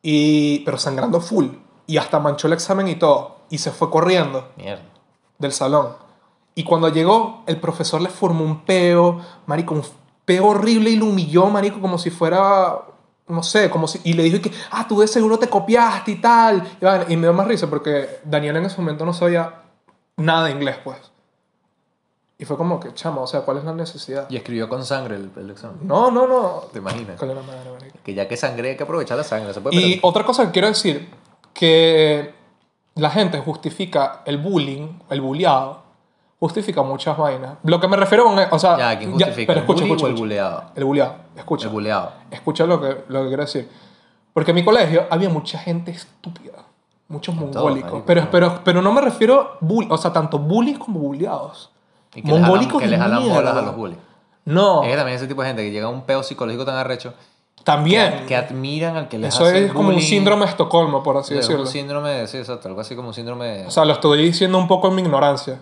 Y, pero sangrando full. Y hasta manchó el examen y todo. Y se fue corriendo. Mierda. del salón. Y cuando llegó, el profesor le formó un peo, marico, un peo horrible y lo humilló, marico, como si fuera, no sé, como si... Y le dijo que, ah, tú de seguro te copiaste y tal. Y, vaina. Y me dio más risa porque Daniel en ese momento no sabía nada de inglés, pues. Y fue como que, chama, o sea, ¿cuál es la necesidad? Y escribió con sangre el, el examen. No, no, no. ¿Te imaginas? Con la madre, marico. Que ya que sangre hay que aprovechar la sangre. Se puede Y perder. otra cosa que quiero decir, que la gente justifica el bullying, el bulleado, justifica muchas vainas. Lo que me refiero con... e, O sea, Ya, ¿quién justifica? Ah, pero ¿El escucha, bullying escucha, o el escucha. buleado? El bulleado, escucha. El buleado. escucha lo que, lo que quiero decir. Porque en mi colegio había mucha gente estúpida, muchos mongólicos. marico, pero, todo. pero, pero no me refiero, bull, o sea, tanto bullies como bulleados. Y que les jalan- que de les jalan mierda. Oh. bolas a los bullies. No, Es que también ese tipo de gente que llega a un peo psicológico tan arrecho también. que admiran al que les Eso hace es como un bullying. síndrome de Estocolmo, por así Es decirlo. un síndrome de, sí, exacto, algo así como un síndrome de- O sea, lo estoy diciendo un poco en mi ignorancia.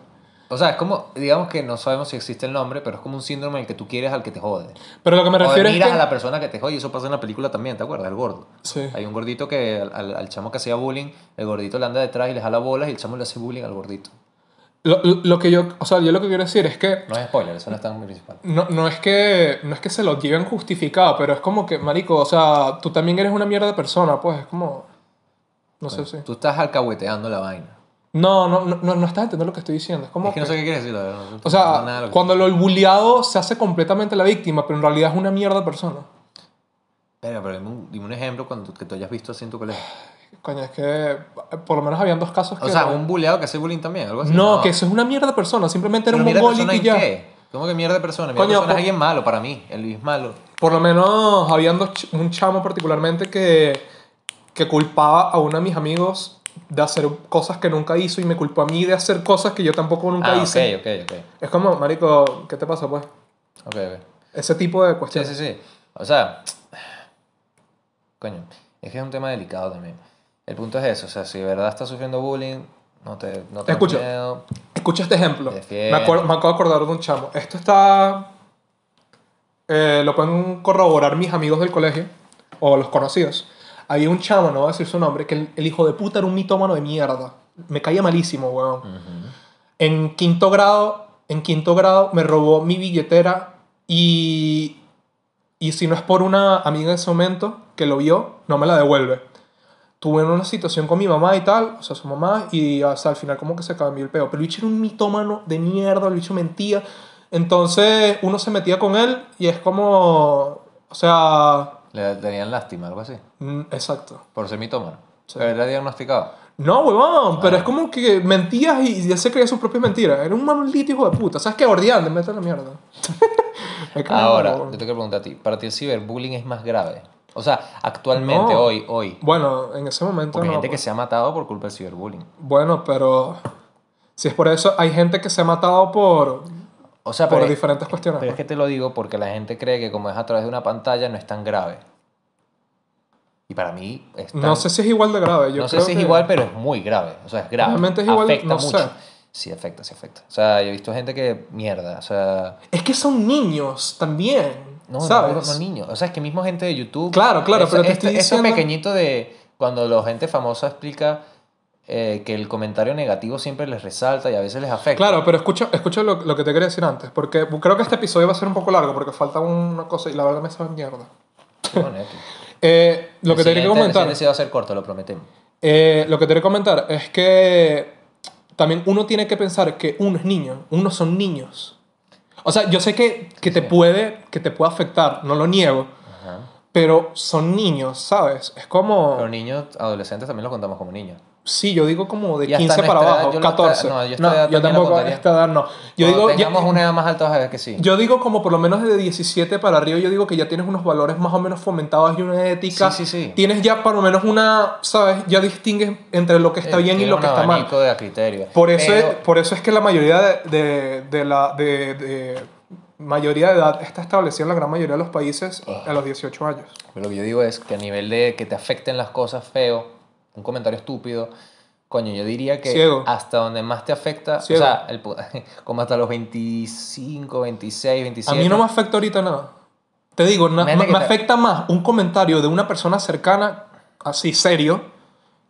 O sea, es como, digamos que no sabemos si existe el nombre, pero es como un síndrome en el que tú quieres al que te jode. Pero lo que me o refiero miras es que... a la persona que te jode, y eso pasa en la película también, ¿te acuerdas? El gordo. Sí. Hay un gordito que al, al- al chamo que hacía bullying, el gordito le anda detrás y le jala bolas y el chamo le hace bullying al gordito. Lo, lo- lo que yo... O sea, yo lo que quiero decir es que... No es spoiler, eso no es tan principal. No, no es que no es que se lo lleven justificado, pero es como que, marico, o sea, tú también eres una mierda de persona, pues, es como... No sé si... Tú estás alcahueteando la vaina. No, no, no, no, no estás entendiendo lo que estoy diciendo, es como... Es que no sé qué quieres decir, la verdad. no- no, nada de O sea, lo que- cuando lo bulleado se hace completamente la víctima, pero en realidad es una mierda de persona. Pero, pero dime, un, dime un ejemplo cuando, que tú hayas visto así en tu colegio. Coño, es que eh, por lo menos habían dos casos que... O sea, un buleado que hace bullying también, algo así. No, que eso es una mierda de persona, simplemente era Pero un mierda de mongólico persona, y ¿en ya. qué? ¿Cómo que mierda de persona? Mierda Coño, de pues- persona po- es alguien malo para mí. El Luis malo. Por lo menos habían dos ch- un chamo particularmente que, que culpaba a uno de mis amigos de hacer cosas que nunca hizo y me culpó a mí de hacer cosas que yo tampoco nunca ah, hice. ok, ok, ok. Es como, marico, ¿qué te pasa pues? Ok, ok. Ese tipo de Sí, cuestiones. sí, sí. O sea, coño, es que es un tema delicado también. El punto es eso, o sea, si de verdad estás sufriendo bullying, no te, no te Escucha. miedo. Escucha este ejemplo. Defiende. Me, acuer- me acabo de acordar de un chamo. Esto está... eh, lo pueden corroborar mis amigos del colegio o los conocidos. Había un chamo, no voy a decir su nombre, que el, el hijo de puta era un mitómano de mierda. Me caía malísimo, weón. En quinto grado, en quinto grado me robó mi billetera y, y si no es por una amiga en ese momento que lo vio, no me la devuelve. Tuve una situación con mi mamá y tal, o sea, su mamá, y o sea, al final como que se cambió el peo. Pero el bicho era un mitómano de mierda, el bicho mentía. Entonces uno se metía con él y es como, o sea, Le tenían lástima, algo así. mm, exacto. Por ser mitómano. Sí. Pero era diagnosticado. No, huevón, pero Ah. es como que mentías y ya se creía sus propias mentiras. Era un maldito hijo de puta. ¿Sabes qué? Ordeal, de mete la mierda. Me cago, Ahora, yo huevón. te quiero preguntar a ti, ¿para ti el ciberbullying es más grave? O sea, actualmente, No. hoy, hoy. Bueno, en ese momento Porque hay no. gente que pues. se ha matado por culpa del ciberbullying. Bueno, pero si es por eso, hay gente que se ha matado por, O sea, por pero, diferentes cuestiones. pero es que te lo digo porque la gente cree que como es a través de una pantalla no es tan grave. Y para mí es no tan- sé si es igual de grave. Yo no sé creo si es que- igual, pero es muy grave. O sea, es grave. Realmente es igual, afecta no mucho. sé. Sí, afecta, sí afecta. O sea, yo he visto gente que mierda. O sea, Es que son niños también. no, ¿Sabes? no, no, no, niño. O sea, es que mismo gente de YouTube. Claro, claro, Eso- pero te esto- estoy eso diciendo- pequeñito de cuando la gente famosa explica eh, que el comentario negativo siempre les resalta y a veces les afecta. Claro, pero escucha, escucha lo, lo que te quería decir antes. Porque creo que este episodio va a ser un poco largo porque falta una cosa y la verdad me sabe mierda. Bueno, esto. Eh, lo que El te siguiente- quería el comentar. siguiente sí este va a ser corto, lo prometemos. Eh, lo que te quería comentar es que también uno tiene que pensar que uno es niño, uno son niños. O sea, yo sé que, que, te, puede, que te puede afectar, no lo niego, Ajá. pero son niños, ¿sabes? Es como... Pero niños, adolescentes también los contamos como niños. Sí, yo digo como de Y hasta 15 para nuestra edad, abajo, yo no 14. esta- no, yo esta edad también la tampoco a contaría. esta edad no. Yo Cuando digo, ya- tengamos una edad más alta, vas a ver que sí. yo digo como por lo menos de 17 para arriba, yo digo que ya tienes unos valores más o menos fomentados y una ética. Sí, sí, sí. Tienes ya por lo menos una, ¿sabes? Ya distingues entre lo que está Eh, bien y tiene lo un que está mal. abanico de criterio. Por eso, Pero- es, por eso es que la mayoría de, de- de la de, de- mayoría de edad está establecida en la gran mayoría de los países Ah. a los 18 años. Pero Pues lo que yo digo es que a nivel de que te afecten las cosas feo, un comentario estúpido, coño, yo diría que Ciego. hasta donde más te afecta, Ciego. o sea, el pu- como hasta los 25, 26, 27. A mí no me afecta ahorita nada. Te digo, na- Imagínate me, que me te- afecta más un comentario de una persona cercana, así serio,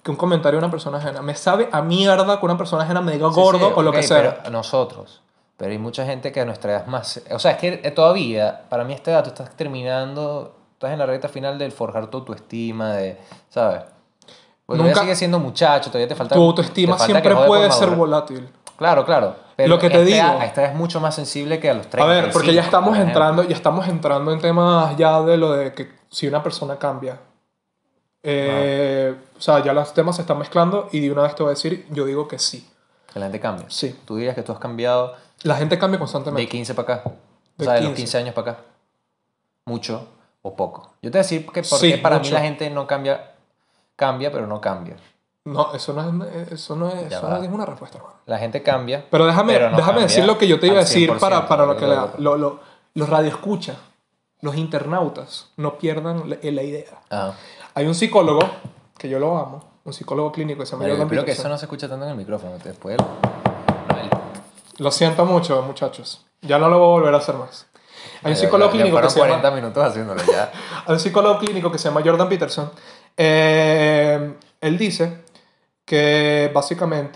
que un comentario de una persona ajena. Me sabe a mierda que una persona ajena me diga Sí, gordo sí, o lo ok, que sea. Pero nosotros. Pero hay mucha gente que a nuestra edad es más. O sea, es que eh, todavía, para mí, a esta edad tú estás terminando. Estás en la recta final del forjar tu autoestima, de. ¿Sabes? Porque todavía Nunca- sigues siendo muchacho, todavía te falta. tu te autoestima falta que siempre joder por puede ser madurar. volátil. Claro, claro. Pero Lo que te esta digo- edad- a esta edad es mucho más sensible que a los 30. A ver, porque ya estamos entrando, ya estamos entrando en temas ya de lo de que si una persona cambia. Eh, O sea, ya los temas se están mezclando y de una vez te voy a decir, yo digo que sí. Que la gente cambia. Sí. Tú dirías que tú has cambiado La gente cambia de constantemente. 15 para acá. o De sea, de los 15. 15 años para acá. Mucho o poco. Yo te voy a decir que porque Sí, para mí mucho. la gente no cambia. Cambia, pero no cambia. No, eso no es, eso no es, Ya eso va. no es una respuesta, hermano. La gente cambia. Pero déjame, Pero no déjame cambia decir lo que yo te iba a al decir para, 100%, para lo que yo la- creo que- lo- lo- los radioescuchas, los internautas, no pierdan la, la idea. Ah. Hay un psicólogo, que yo lo amo, un psicólogo clínico que se llama Pero yo Jordan creo que eso Peterson. no se escucha tanto en el micrófono. Después. no, el- Lo siento mucho, muchachos. Ya no lo voy a volver a hacer más. Hay un ya- psicólogo ya- ya clínico que fueron se llama, 40 minutos haciéndolo ya. hay un psicólogo clínico que se llama Jordan Peterson. Eh, él dice que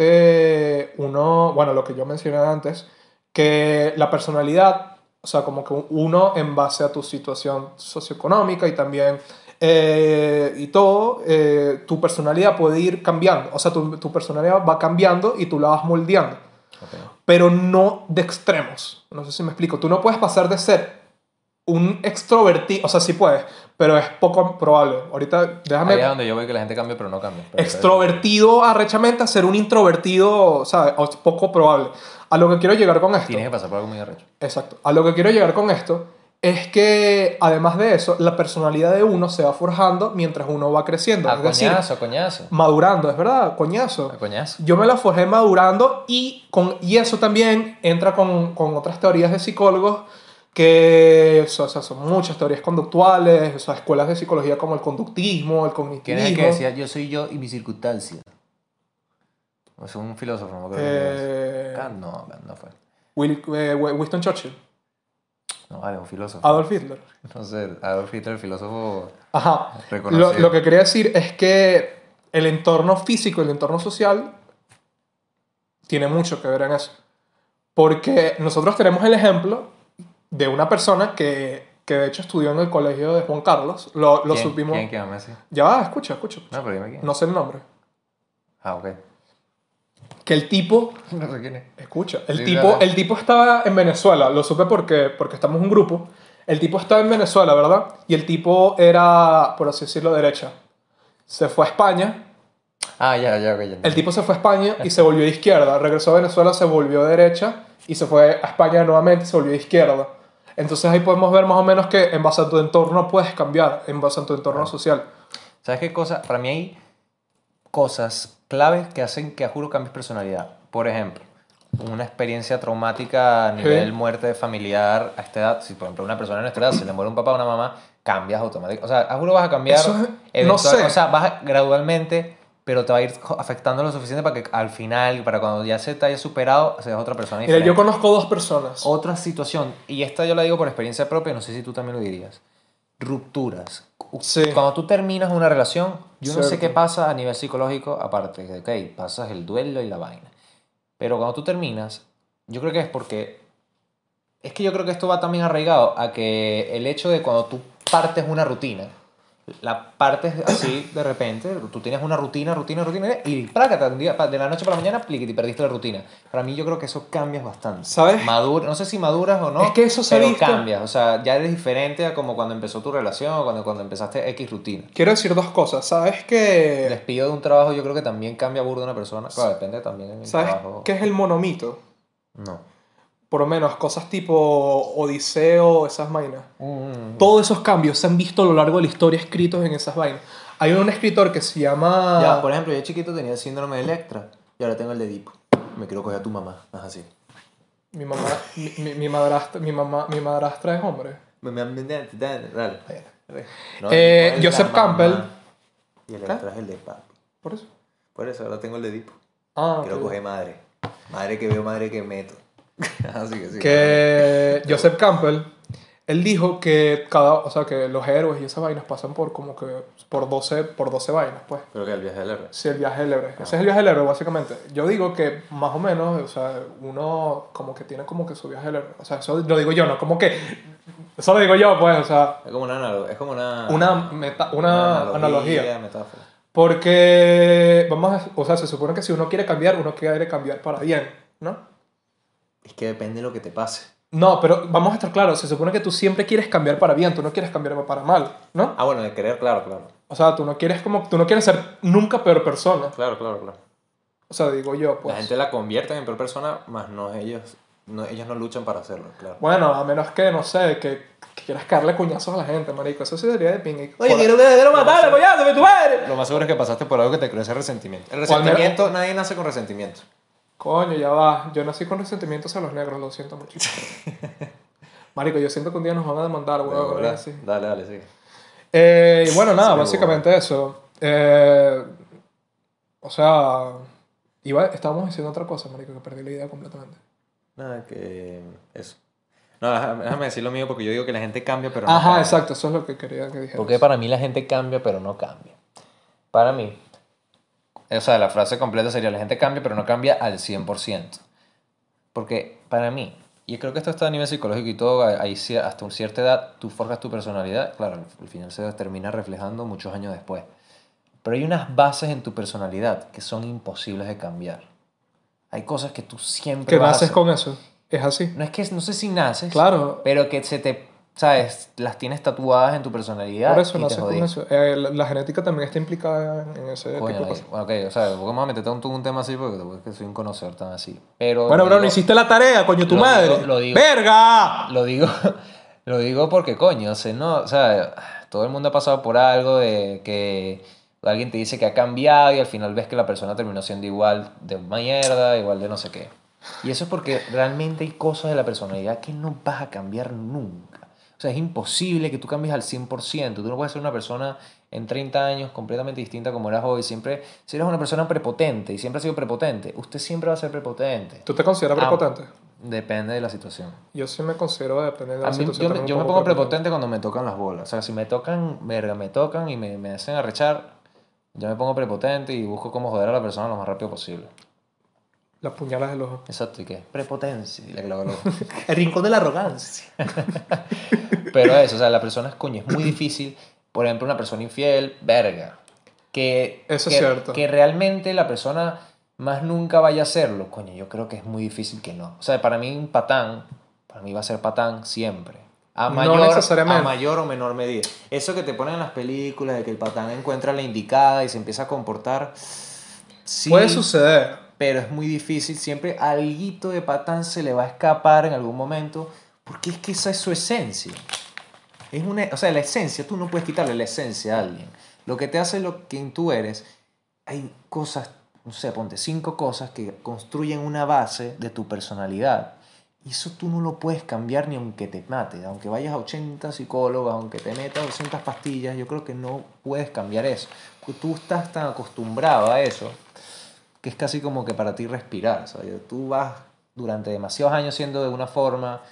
básicamente uno, bueno, lo que yo mencioné antes, que la personalidad, o sea, como que uno en base a tu situación socioeconómica y también eh, y todo, eh, tu personalidad puede ir cambiando, o sea, tu, tu personalidad va cambiando y tú la vas moldeando, pero no de extremos, no sé si me explico, tú no puedes pasar de ser un extrovertido, o sea, sí puedes, pero es poco probable. Ahorita déjame Ahí es donde yo veo que la gente cambia, pero no cambia. Pero- extrovertido arrechamente a ser un introvertido, ¿sabes? O es poco probable. A lo que quiero llegar con esto. Tienes que pasar por algo muy arrecho. Exacto. A lo que quiero llegar con esto es que además de eso, la personalidad de uno se va forjando mientras uno va creciendo, A es decir, Ah, coñazo, a coñazo. madurando, es verdad, coñazo. A coñazo. Yo me la forjé madurando y, con, y eso también entra con, con otras teorías de psicólogos que o sea, son muchas teorías conductuales, o sea, escuelas de psicología como el conductismo, el ¿Quién es el que cognitivismo. decía yo soy yo y mi circunstancia? O sea, un filósofo, no me acuerdo quién Eh, es. Kant, no, Kant no fue. Will- eh, Winston Churchill, No, vale, un filósofo. Adolf Hitler. No sé, Adolf Hitler, el filósofo. Ajá. Reconocido. Lo, lo que quería decir es que el entorno físico y el entorno social tiene mucho que ver en eso. Porque nosotros tenemos el ejemplo de una persona que, que de hecho estudió en el colegio de Juan Carlos. Lo, lo ¿Quién- supimos. ¿Quién que ama Messi? Ya va, escucha, escucha. escucha. No, pero dime quién. No sé el nombre. Ah, ok. Que el tipo No sé quién es. Escucha, el, Sí, tipo, dale. el tipo estaba en Venezuela, lo supe porque, porque estamos un grupo. El tipo estaba en Venezuela, ¿verdad? Y el tipo era, por así decirlo, derecha. Se fue a España, Ah, ya, ya, ok. ya el entendí. tipo se fue a España y se volvió de izquierda. Regresó a Venezuela, se volvió derecha y se fue a España nuevamente y se volvió de izquierda. Entonces ahí podemos ver más o menos que en base a tu entorno puedes cambiar, en base a tu entorno social. ¿Sabes qué cosa? Para mí hay cosas claves que hacen que a juro cambies personalidad. Por ejemplo, una experiencia traumática a nivel Sí. muerte de familiar a esta edad. Si, por ejemplo, una persona de nuestra edad se le muere un papá o una mamá, cambias automáticamente. O sea, a juro vas a cambiar. Eso es- no eventual- sé. O sea, vas a- gradualmente, pero te va a ir jo- afectando lo suficiente para que al final, para cuando ya se te haya superado, seas otra persona Mira, diferente. yo conozco dos personas. Otra situación, y esta yo la digo por experiencia propia, no sé si tú también lo dirías. Rupturas. Sí. Cuando tú terminas una relación, yo no sé Cierto. qué pasa a nivel psicológico, aparte de que ok, pasas el duelo y la vaina. Pero cuando tú terminas, yo creo que es porque. Es que yo creo que esto va también arraigado a que el hecho de cuando tú partes una rutina la partes así de repente, tú tienes una rutina, rutina, rutina, y prácata, un día, pa- de la noche para la mañana, pliquiti, perdiste la rutina. Para mí yo creo que eso cambias bastante. ¿Sabes? Madura, no sé si maduras o no, Es que eso se ha pero visto. cambias, o sea, ya eres diferente a como cuando empezó tu relación o cuando, cuando empezaste X rutina. Quiero decir dos cosas. ¿Sabes El qué? despido de un trabajo yo creo que también cambia burda una persona, claro, depende también del ¿Sabes trabajo. qué es el monomito? No. Por lo menos cosas tipo Odiseo, esas vainas. Mm, Todos esos cambios se han visto a lo largo de la historia escritos en esas vainas. Hay un escritor que se llama... Ya, por ejemplo, yo chiquito tenía el síndrome de Electra y ahora tengo el de Edipo. Me quiero coger a tu mamá, es así. Mi mamá, mi, mi- mi madrastra, mi mamá, mi madrastra es hombre. Me- me- me- dale, dale. No, Edipo Eh, es la Joseph mamá Campbell. Y Electra es el de papi. Por eso. Por eso ahora tengo el de Edipo. Ah, Quiero ok. coger madre. Madre que veo, madre que meto. así que sí. que Joseph Campbell, él dijo que cada, o sea, que los héroes y esas vainas pasan por como que por 12, por 12 vainas, pues. Pero que el viaje del héroe. Sí, el viaje del héroe. Ese es el viaje del héroe, básicamente. Yo digo que más o menos, o sea, uno como que tiene como que su viaje del héroe. O sea, eso lo digo yo, no como que... Eso lo digo yo, pues, o sea, Es como una, analo- es como una, una, meta- una analogía. metáfora. Porque, vamos a, o sea, se supone que si uno quiere cambiar, uno quiere cambiar para bien, ¿no? Es que depende de lo que te pase. No, pero vamos a estar claros, se supone que tú siempre quieres cambiar para bien, tú no quieres cambiar para mal, ¿no? Ah, bueno, de querer, claro, claro. O sea, tú no quieres como, tú no quieres ser nunca peor persona. Claro, claro, claro. O sea, digo yo, La pues. gente la convierte en peor persona, más no ellos. No, ellos no luchan para hacerlo, claro. Bueno, a menos que, no sé, que, que quieras caerle coñazos a la gente, marico, eso sí sería de pingue. Oye, Por- quiero, quiero matarle, Por- coñazo, mi tu madre. Lo más seguro es que pasaste por algo que te creó ese resentimiento. El O al menos- resentimiento, nadie nace con resentimiento. Coño, ya va, yo nací con resentimiento hacia los negros, lo siento mucho. marico, yo siento que un día nos van a demandar, Pero, weón. ¿verdad? así. Dale, dale, sigue. Eh, y bueno, nada, Sí, básicamente eso. Eh, o sea, iba, estábamos diciendo otra cosa, marico, que perdí la idea completamente. Nada, que. Eso. No, déjame déjame decir lo mío porque yo digo que la gente cambia, pero no. Ajá, cambia. exacto, eso es lo que quería que dijera. Porque para mí la gente cambia, pero no cambia. Para mí. O sea, la frase completa sería, la gente cambia, pero no cambia al 100%. Porque para mí, y creo que esto está a nivel psicológico y todo, ahí sí, hasta una cierta edad tú forjas tu personalidad, claro, al- al final se termina reflejando muchos años después. Pero hay unas bases en tu personalidad que son imposibles de cambiar. Hay cosas que tú siempre ¿Qué vas a haces hacer. con eso? Es así. No es que, no sé si naces, Claro, pero que se te, ¿sabes? Las tienes tatuadas en tu personalidad por eso y no te haces con jodiste. eso. Eh, la, la genética también está implicada en ese Coño, tipo de cosas. bueno, ok, o sea, tampoco me voy a meter tanto en un tema así porque tampoco es que soy un conocedor tan así. Pero Bueno, lo bro, no digo- hiciste la tarea, coño, tu Lo madre. digo- lo digo. ¡Verga! Lo digo, lo digo porque, coño, o sea, no, o sea, todo el mundo ha pasado por algo de que alguien te dice que ha cambiado y al final ves que la persona terminó siendo igual de mierda, igual de no sé qué. Y eso es porque realmente hay cosas de la personalidad que no vas a cambiar nunca. O sea, es imposible que tú cambies al 100%. Tú no puedes ser una persona en 30 años completamente distinta como eras hoy. Siempre, si eres una persona prepotente y siempre has sido prepotente, usted siempre va a ser prepotente. ¿Tú te consideras Ah. prepotente? Depende de la situación. Yo sí me considero, depende de la A mí- situación. yo, me- también un yo me poco pongo prepotente cuando me tocan las bolas. O sea, si me tocan, verga, me tocan y me, me hacen arrechar, yo me pongo prepotente y busco cómo joder a la persona lo más rápido posible. Las puñalas del ojo. Exacto, ¿y qué? Prepotencia. y le clavo el ojo. El rincón de la arrogancia. Pero eso, o sea, la persona es coño, es muy difícil. Por ejemplo, una persona infiel, verga. Que, Eso es que, cierto. Que realmente la persona más nunca vaya a hacerlo. Coño, yo creo que es muy difícil que no. O sea, para mí un patán, para mí va a ser patán siempre. A No mayor, necesariamente. a mayor o menor medida. Eso que te ponen en las películas de que el patán encuentra la indicada y se empieza a comportar. Sí, Puede suceder. pero es muy difícil. Siempre alguito de patán se le va a escapar en algún momento, porque es que esa es su esencia. Es una, o sea, la esencia, tú no puedes quitarle la esencia a alguien. Lo que te hace lo que tú eres, hay cosas, no sé, ponte cinco cosas que construyen una base de tu personalidad. Y eso tú no lo puedes cambiar ni aunque te mate, aunque vayas a 80 psicólogos, aunque te metas 200 pastillas, yo creo que no puedes cambiar eso. Porque tú estás tan acostumbrado a eso que es casi como que para ti respirar. ¿sabes? Tú vas durante demasiados años siendo de una forma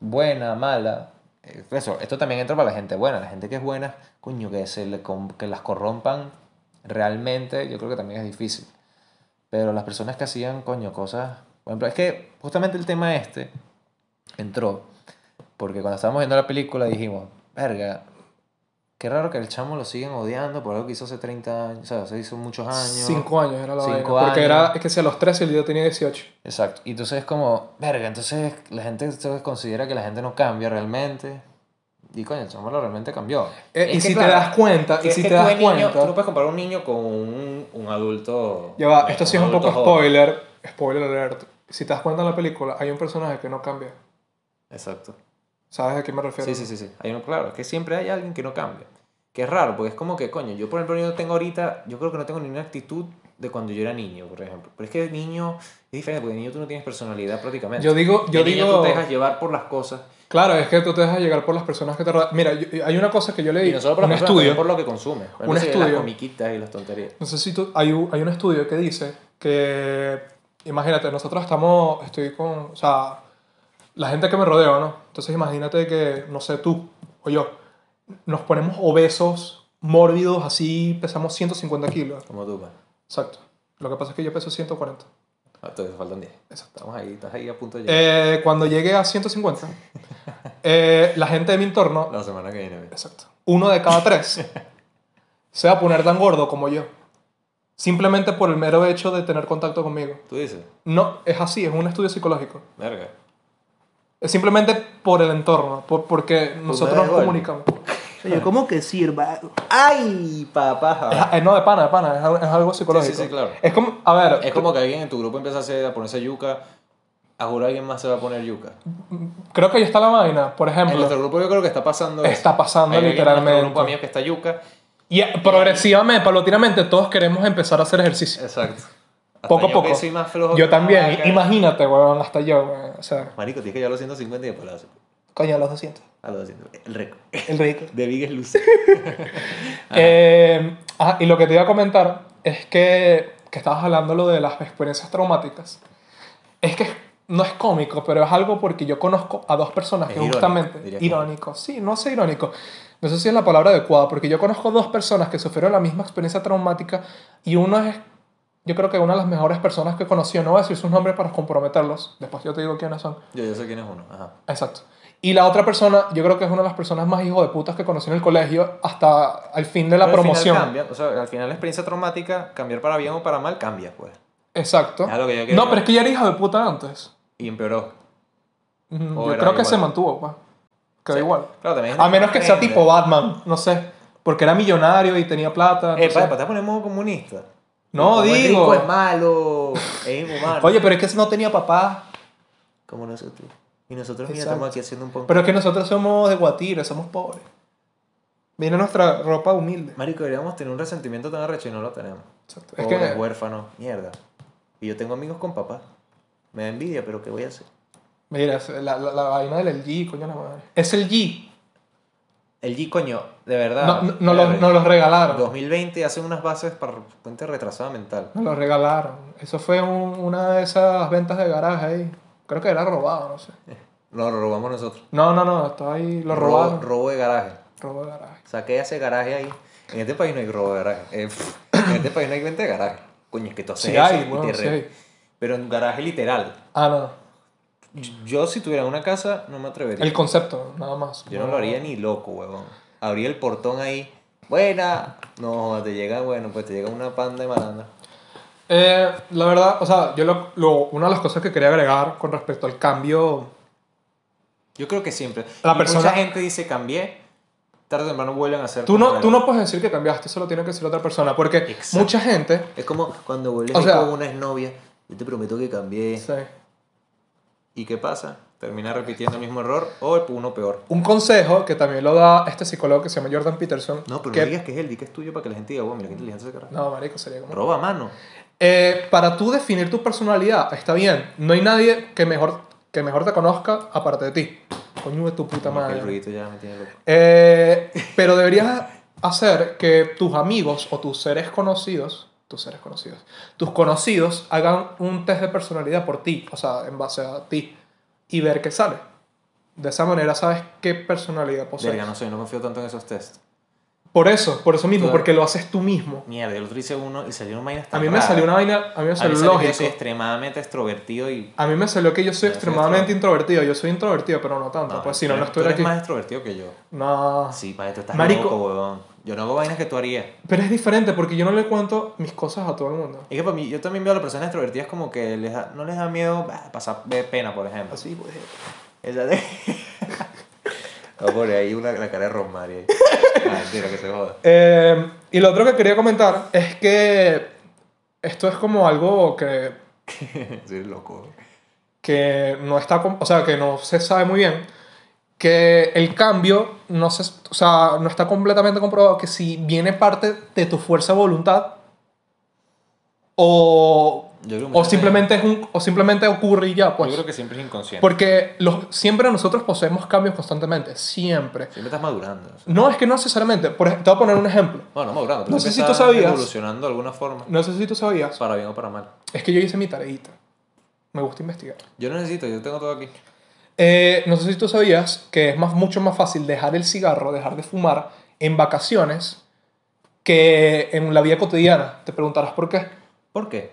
buena, mala. Eh, Eso, esto también entra para la gente buena. La gente que es buena, coño, que, se le com- que las corrompan realmente, yo creo que también es difícil. Pero las personas que hacían, coño, cosas... Por ejemplo, es que justamente el tema este entró porque cuando estábamos viendo la película dijimos, verga, Qué raro que el chamo lo siguen odiando por algo que hizo hace 30 años, o sea, se hizo muchos años. Cinco años era la Cinco vaina. Porque años. era, es que si a los 13 yo tenía 18. Exacto. Y entonces es como, verga, entonces la gente entonces considera que la gente no cambia realmente. Y coño, el chamo lo realmente cambió. Es Eh, y que, si claro, te das cuenta, y es si que te tú das de niño- cuenta. tú no puedes comparar un niño con un, un adulto. Ya va, bueno, esto sí es un poco adulto joven. spoiler. Spoiler alert. Si te das cuenta en la película, hay un personaje que no cambia. Exacto. ¿Sabes a qué me refiero? Sí, sí, sí, sí. Hay un, claro, es que siempre hay alguien que no cambia. Que es raro, porque es como que, coño, yo por ejemplo no tengo ahorita, yo creo que no tengo ninguna actitud de cuando yo era niño, por ejemplo. Pero es que de niño es diferente, porque de niño tú no tienes personalidad prácticamente. Yo digo, yo De niño digo. tú te dejas llevar por las cosas. Claro, es que tú te dejas llegar por las personas que te rodean. Mira, yo- hay una cosa que yo leí. Y no solo por las un personas, también estudio. por lo que consume. Por ejemplo, Un si ves estudio. Las comiquitas y las tonterías. No sé si tú, hay, un, hay un estudio que dice que, imagínate, nosotros estamos, estoy con, o sea, la gente que me rodea, ¿no? Entonces imagínate que, no sé, tú o yo, nos ponemos obesos, mórbidos, así, pesamos 150 kilos. Como tú, pues. Exacto. Lo que pasa es que yo peso 140. Ah, te faltan 10. Exacto. Estamos ahí, estás ahí a punto de llegar. Eh, cuando llegué a 150, eh, la gente de mi entorno, La semana que viene. pues. exacto, uno de cada tres, se va a poner tan gordo como yo. Simplemente por el mero hecho de tener contacto conmigo. Tú dices, No, es así, es un estudio psicológico. verga. Es simplemente por el entorno, Pues por, porque nosotros eres nos gordo. comunicamos. Oye, ¿cómo que sirva? ¡Ay, papá! Es- eh, no, de pana, de pana, es, al- es algo psicológico. sí, claro. Es como, a ver, Es como que alguien en tu grupo empieza a, hacer- a ponerse yuca. A jurar alguien más se va a poner yuca. creo que ahí está la vaina, por En nuestro ejemplo. grupo yo creo que está pasando eso. Está pasando Hay alguien En literalmente. nuestro grupo mío que está yuca. Y eh, progresivamente, paulatinamente, todos queremos empezar a hacer ejercicio. Exacto. Hasta Poco a yo poco. que soy más flojo yo que la también, vaca. imagínate, weón, hasta yo, weón. O sea, Marico, tienes que llevar los 150 y después lo haces. coño, a los 200. A los 200. El récord. El ridículo. De Big Lucy. Eh, ah, y lo que te iba a comentar es que, que estabas hablando lo de las experiencias traumáticas. Es que no es cómico, pero es algo porque yo conozco a dos personas Es que irónico, justamente... dirías tú. Irónico, sí, no sé irónico. No sé si es la palabra adecuada, porque yo conozco dos personas que sufrieron la misma experiencia traumática y uno es, yo creo que una de las mejores personas que conocí, no voy a decir sus nombres para comprometerlos, después yo te digo quiénes son. Yo, yo sé quién es uno. Ajá. Exacto. Y la otra persona, yo creo que es una de las personas más hijo de putas que conocí en el colegio hasta el fin de la Pero al final promoción. cambia, o sea, al final la experiencia traumática, cambiar para bien o para mal, cambia, pues. Exacto. Es algo que yo quería. no, pero es que ya era hija de puta antes. Y empeoró. Mm, O Yo era creo que igual. se mantuvo, pues. Quedó Sí. igual. Claro, también es A menos que sea diferente. tipo Batman, no sé. Porque era millonario y tenía plata. Eh, entonces- para, te pones modo comunista. no, Como Es digo. rico, es malo, es inhumano. Oye, pero es que no tenía papá. Como nosotros. Y nosotros, mira, Exacto. estamos aquí haciendo un podcast. Pero es que nosotros somos de Guatire, somos pobres. Viene nuestra ropa humilde. Marico, deberíamos tener un resentimiento tan arrecho y no lo tenemos. Exacto. Es Pobres, que, huérfanos, mierda. Y yo tengo amigos con papá. Me da envidia, pero ¿qué voy a hacer? mira, la, la, la vaina del LG, coño la madre. Es el G. El G, coño, de verdad. No, no, no los, verga. no los regalaron. 2020 hacen unas bases para gente retrasada mental. Nos lo regalaron. Eso fue un- una de esas ventas de garaje ahí. Creo que era robado, no sé. No, lo robamos nosotros. No, no, no, esto ahí lo Robo- robaron. Robo, de garaje. robo de garaje. Saqué ese garaje ahí. En este país no hay robo de garaje. Eh, en este país no hay venta de garaje. Coño, es que tú haces Sí eso hay, y bueno, te sí re- hay. Pero en garaje literal. Ah, no. Yo si tuviera una casa no me atrevería. Mm. El concepto, nada más. Yo no lo haría ni loco, huevón. Abría el portón ahí. Buena. No, te llega, bueno, pues te llega una panda de malandra. Eh, la verdad, o sea, yo lo, lo- una de las cosas que quería agregar con respecto al cambio. Yo creo que siempre. La Y persona- Mucha gente dice cambié. Tarde o temprano vuelven a hacer. Tú no, como tú la- no puedes decir que cambiaste, eso lo tiene que decir otra persona. Porque Exacto. mucha gente. Es como cuando vuelves O ahí sea- con una exnovia. Yo te prometo que cambié. sí. ¿Y qué pasa? Termina repitiendo el mismo error o uno peor. Un consejo que también lo da este psicólogo que se llama Jordan Peterson. No, pero que- no digas que es él, di que es tuyo para que la gente diga, bueno, mira qué inteligente ese carajo. No, marico, sería como. Roba mano. Eh, para tú definir tu personalidad, está bien. No hay nadie que mejor, que mejor te conozca aparte de ti. Coño de tu puta Como que El madre. ruidito ya me tiene loco. Eh, pero deberías hacer que tus amigos o tus seres conocidos, tus seres conocidos, tus conocidos hagan un test de personalidad por ti, o sea, en base a ti, y ver qué sale. De esa manera sabes qué personalidad posees. Verga, no sé, no confío tanto en esos test. Por eso, por eso mismo, Claro. porque lo haces tú mismo. Mierda, el otro hice uno y salió una vaina A mí me salió una vaina, a mí me A mí salió salió que yo lógico. soy extremadamente extrovertido y... A mí me salió que yo soy Yo soy extremadamente introvertido. Yo soy introvertido, pero no tanto. pues si no, no tú estuviera eres aquí. más extrovertido que yo. No. Sí, padre, tú estás Marico. loco, huevón. Yo no hago vainas que tú harías. Pero es diferente porque yo no le cuento mis cosas a todo el mundo. Es que para mí, yo también veo a las personas extrovertidas como que les da- no les da miedo bah, pasar de pena, por ejemplo. Así, pues. Esa de... Voy a poner ahí una- la cara de Rosmarie. ahí. Ah, mentira, que se joda. Eh, y lo otro que quería comentar es que esto es como algo que, Sí, loco. que no está, com- o sea, que no se sabe muy bien, que el cambio no, se, o sea, no está completamente comprobado, que si viene parte de tu fuerza de voluntad o, Yo creo que mucha o, gente- simplemente es un, o simplemente ocurre y ya, Yo pues. creo que siempre es inconsciente. Porque los, siempre nosotros poseemos cambios constantemente, siempre. Siempre estás madurando. o sea. No, es que no necesariamente, por, ej- te voy a poner un ejemplo. Bueno, no madurando. pero No siempre sé si tú estás sabías. evolucionando de alguna forma. No sé si tú sabías, Para bien o para mal. Es que yo hice mi tareita. Me gusta investigar. Yo no necesito, yo tengo todo aquí. Eh, no sé si tú sabías que es más, mucho más fácil dejar el cigarro, dejar de fumar en vacaciones que en la vida cotidiana. Te preguntarás por qué. ¿Por qué?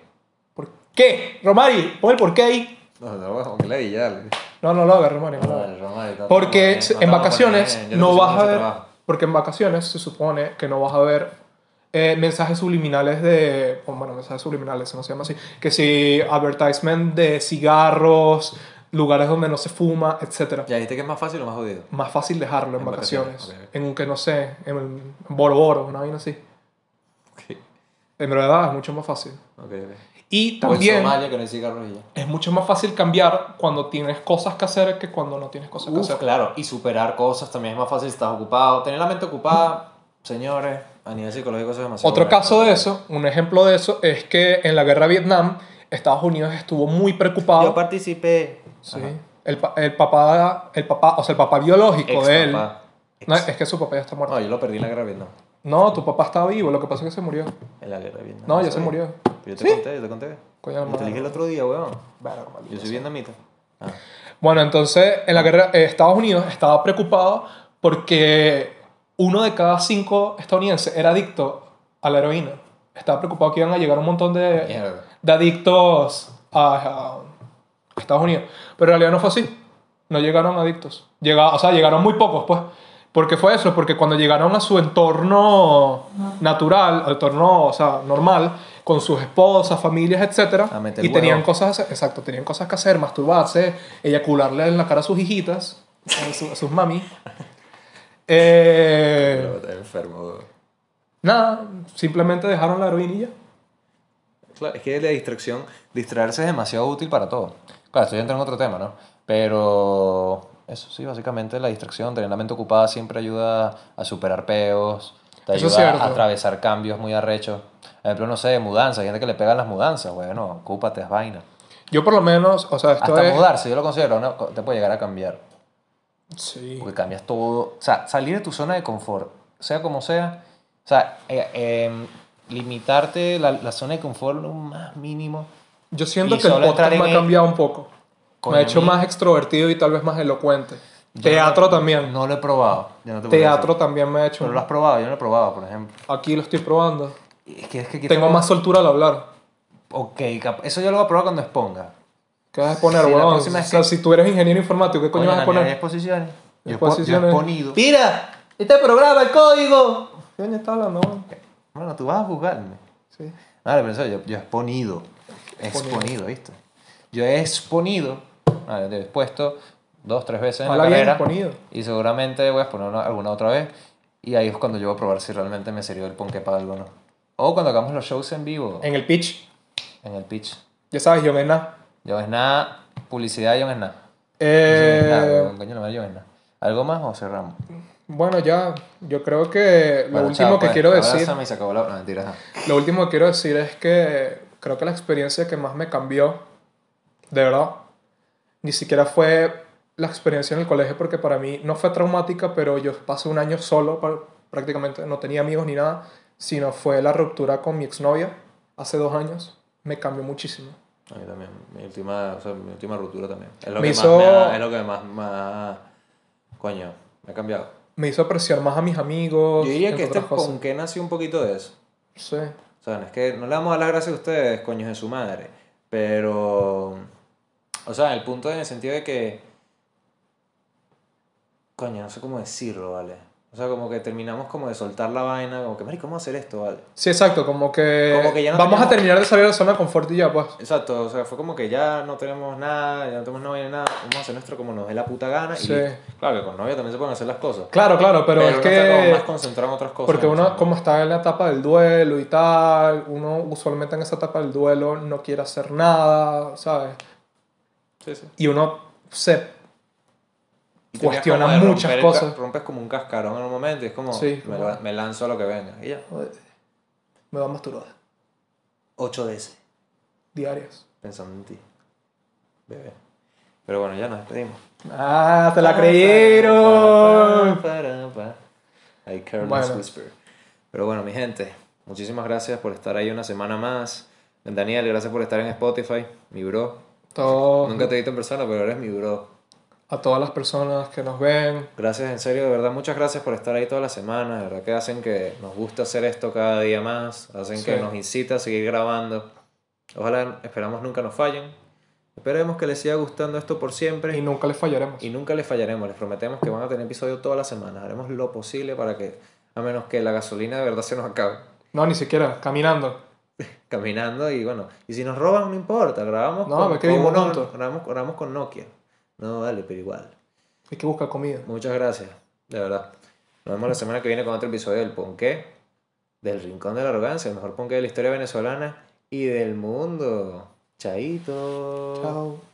¿Por qué? Romari, pon el por qué ahí. No, no, aunque la vi ya. No, no lo hagas, Romari. no lo hagas. Porque Eh, se- en vacaciones no vas a ver. Porque en vacaciones se supone que no vas a ver eh, mensajes subliminales de. o Bueno, mensajes subliminales, eso no se llama así. Que si advertisement de cigarros, lugares donde no se fuma, etcétera. Ya dijiste que es más fácil o más jodido. más fácil dejarlo en, En vacaciones. vacaciones, ok. En un que no sé, en en Boro Boro, una vaina así. Ok, En verdad es mucho más fácil. ok, ok. Y O en también Somalia con el cigarro y ya. es mucho más fácil cambiar cuando tienes cosas que hacer que cuando no tienes cosas Uf, que hacer. claro, y superar cosas también es más fácil si estás ocupado. Tener la mente ocupada, señores, a nivel psicológico eso es demasiado. Otro bueno. caso de eso, un ejemplo de eso, es que en la guerra de Vietnam, Estados Unidos estuvo muy preocupado. Yo participé. Sí. el, pa- el papá, el papá, o sea, el papá biológico Ex de él. papá. No, Ex- es que su papá ya está muerto. No, yo lo perdí en la guerra de Vietnam. No, tu papá está vivo, lo que pasa es que se murió. En la guerra de Vietnam. No, ya se sabía. murió. Yo te conté, yo te conté. Coño, Yo te hermano. dije el otro día, weón. Verga, Yo soy vietnamita. Ah. Bueno, entonces en la guerra eh, Estados Unidos estaba preocupado porque uno de cada cinco estadounidenses era adicto a la heroína. Estaba preocupado que iban a llegar un montón de, Mierda. de adictos a, a Estados Unidos. Pero en realidad no fue así. No llegaron adictos. Llega- o sea, llegaron muy pocos, pues. ¿Por qué fue eso? Porque cuando llegaron a su entorno natural, al entorno o sea, normal, con sus esposas, familias, etc. A meter Y tenían huevo. cosas, exacto, tenían cosas que hacer, masturbarse, eyacularle en la cara a sus hijitas, a, su- a sus mami. Eh, Pero, enfermo, weón. nada, simplemente dejaron la heroína y ya. Claro, es que la distracción, distraerse es demasiado útil para todo. Claro, estoy entrando en otro tema, ¿no? Pero eso sí, básicamente la distracción, tener la mente ocupada siempre ayuda a superar peos, te Eso es ayuda cierto. a atravesar cambios muy arrechos. Por ejemplo, no sé, mudanzas, hay gente que le pegan las mudanzas, bueno, ocúpate, es vaina. Yo por lo menos, o sea, esto Hasta es... mudarse, yo lo considero, una co- te puede llegar a cambiar, Sí. porque cambias todo. O sea, salir de tu zona de confort, sea como sea, o sea, eh, eh, limitarte la, la zona de confort lo más mínimo. Yo siento Y que el solo entrar podcast me en ha el- cambiado un poco. Coño, me ha hecho a mí- más extrovertido y tal vez más elocuente. Yo Teatro no- también. No lo he probado. Yo no te puedo Teatro decir. también me ha hecho. Pero lo has probado, yo no lo he probado, por ejemplo. Aquí lo estoy probando. Es que es que aquí Tengo tampoco- más soltura al hablar. Ok, cap- eso yo lo voy a probar cuando exponga. ¿Qué vas a poner, Sí, la weón? próxima o es sea, que- si tú eres ingeniero informático, ¿qué coño vas a Daniel, hay poner? exposiciones. Yo he po- Yo he Exposiciones. exponido. Mira, este programa, el código. ¿Qué coño estás hablando, weón? Bueno, tú vas a juzgarme. Sí. Vale, pero eso, yo, yo he exponido. He exponido, ¿viste? Yo he exponido, vale, te he expuesto dos, tres veces en la Habla bien, carrera. exponido. Y seguramente voy a exponer una- alguna otra vez. Y ahí es cuando yo voy a probar si realmente me sirvió el ponque para algo o no. O cuando hagamos los shows en vivo, En el pitch. en el pitch. Ya sabes, yo nada. Yo es nada, publicidad yo es nada. Eh, Nada, coño, no me yo es nada. ¿Algo más o cerramos? bueno, ya. Yo creo que lo Bueno, último chao, que pues. quiero decir. Abrázame y se acabó la... No, mentira. ajá. Lo último que quiero decir es que creo que la experiencia que más me cambió, de verdad, ni siquiera fue la experiencia en el colegio, porque para mí no fue traumática, pero yo pasé un año solo, pr- prácticamente no tenía amigos ni nada, sino fue la ruptura con mi exnovia hace dos años. Me cambió muchísimo. A mí también. Mi última, o sea, mi última ruptura también. Es lo Me que hizo- más me ha- Es lo que más, más... Coño, me ha cambiado. me hizo apreciar más a mis amigos. Yo diría que entre este otras cosas. ponqué nació un poquito de eso. Sí. O sea, no es que no le damos a las gracias a ustedes, coños de su madre. Pero. O sea, el punto es en el sentido de que. Coño, no sé cómo decirlo, ¿vale? O sea, como que terminamos como de soltar la vaina, como que, Mari, ¿cómo hacer esto, vale? Sí, exacto, como que, Como que ya no vamos teníamos- a terminar de salir de la zona de confort y ya, pues. Exacto, o sea, fue como que ya no tenemos nada, ya no tenemos nada, nada, vamos a hacer nuestro como nos dé la puta gana. Sí. Y listo. claro, que con novia también se pueden hacer las cosas. Claro, claro, pero, es uno está como más que concentrado en otras cosas. porque ¿no? O uno sea, como está en la etapa del duelo y tal, uno usualmente en esa etapa del duelo no quiere hacer nada, ¿sabes? Sí, sí. Y uno se Y terminas cuestiona como de muchas romper el ca- cosas. Rompes como un cascarón en un momento y es como, Sí, me, como- la- me lanzo a lo que venga. Y ya. Me va a masturbar 8 veces. diarias. Pensando en ti. Bebé. Pero bueno, ya nos despedimos. Ah, te la creyeron! creyeron. I careless Bueno. whisper. Pero bueno, mi gente, muchísimas gracias por estar ahí una semana más. Daniel, gracias por estar en Spotify, mi bro. Todo- Nunca te he visto en persona, pero eres mi bro. a todas las personas que nos ven. Gracias, en serio, de verdad, muchas gracias por estar ahí todas las semanas. De verdad que hacen que nos gusta hacer esto cada día más. Hacen que Sí. nos incita a seguir grabando. Ojalá, esperamos nunca nos fallen. Esperemos que les siga gustando esto por siempre. Y nunca les fallaremos. Y nunca les fallaremos, les prometemos que van a tener episodio todas las semanas. Haremos lo posible para que, a menos que la gasolina de verdad se nos acabe, No, ni siquiera, caminando. caminando y bueno. Y si nos roban, no importa, grabamos, No, con, pero es que vivimos uno- juntos. grabamos, grabamos con Nokia. No, vale, pero igual. Hay que buscar comida. Muchas gracias, de verdad. Nos vemos la semana que viene con otro episodio del Ponqué, del Rincón de la Arrogancia, el mejor Ponqué de la historia venezolana y del mundo. Chaito. Chao.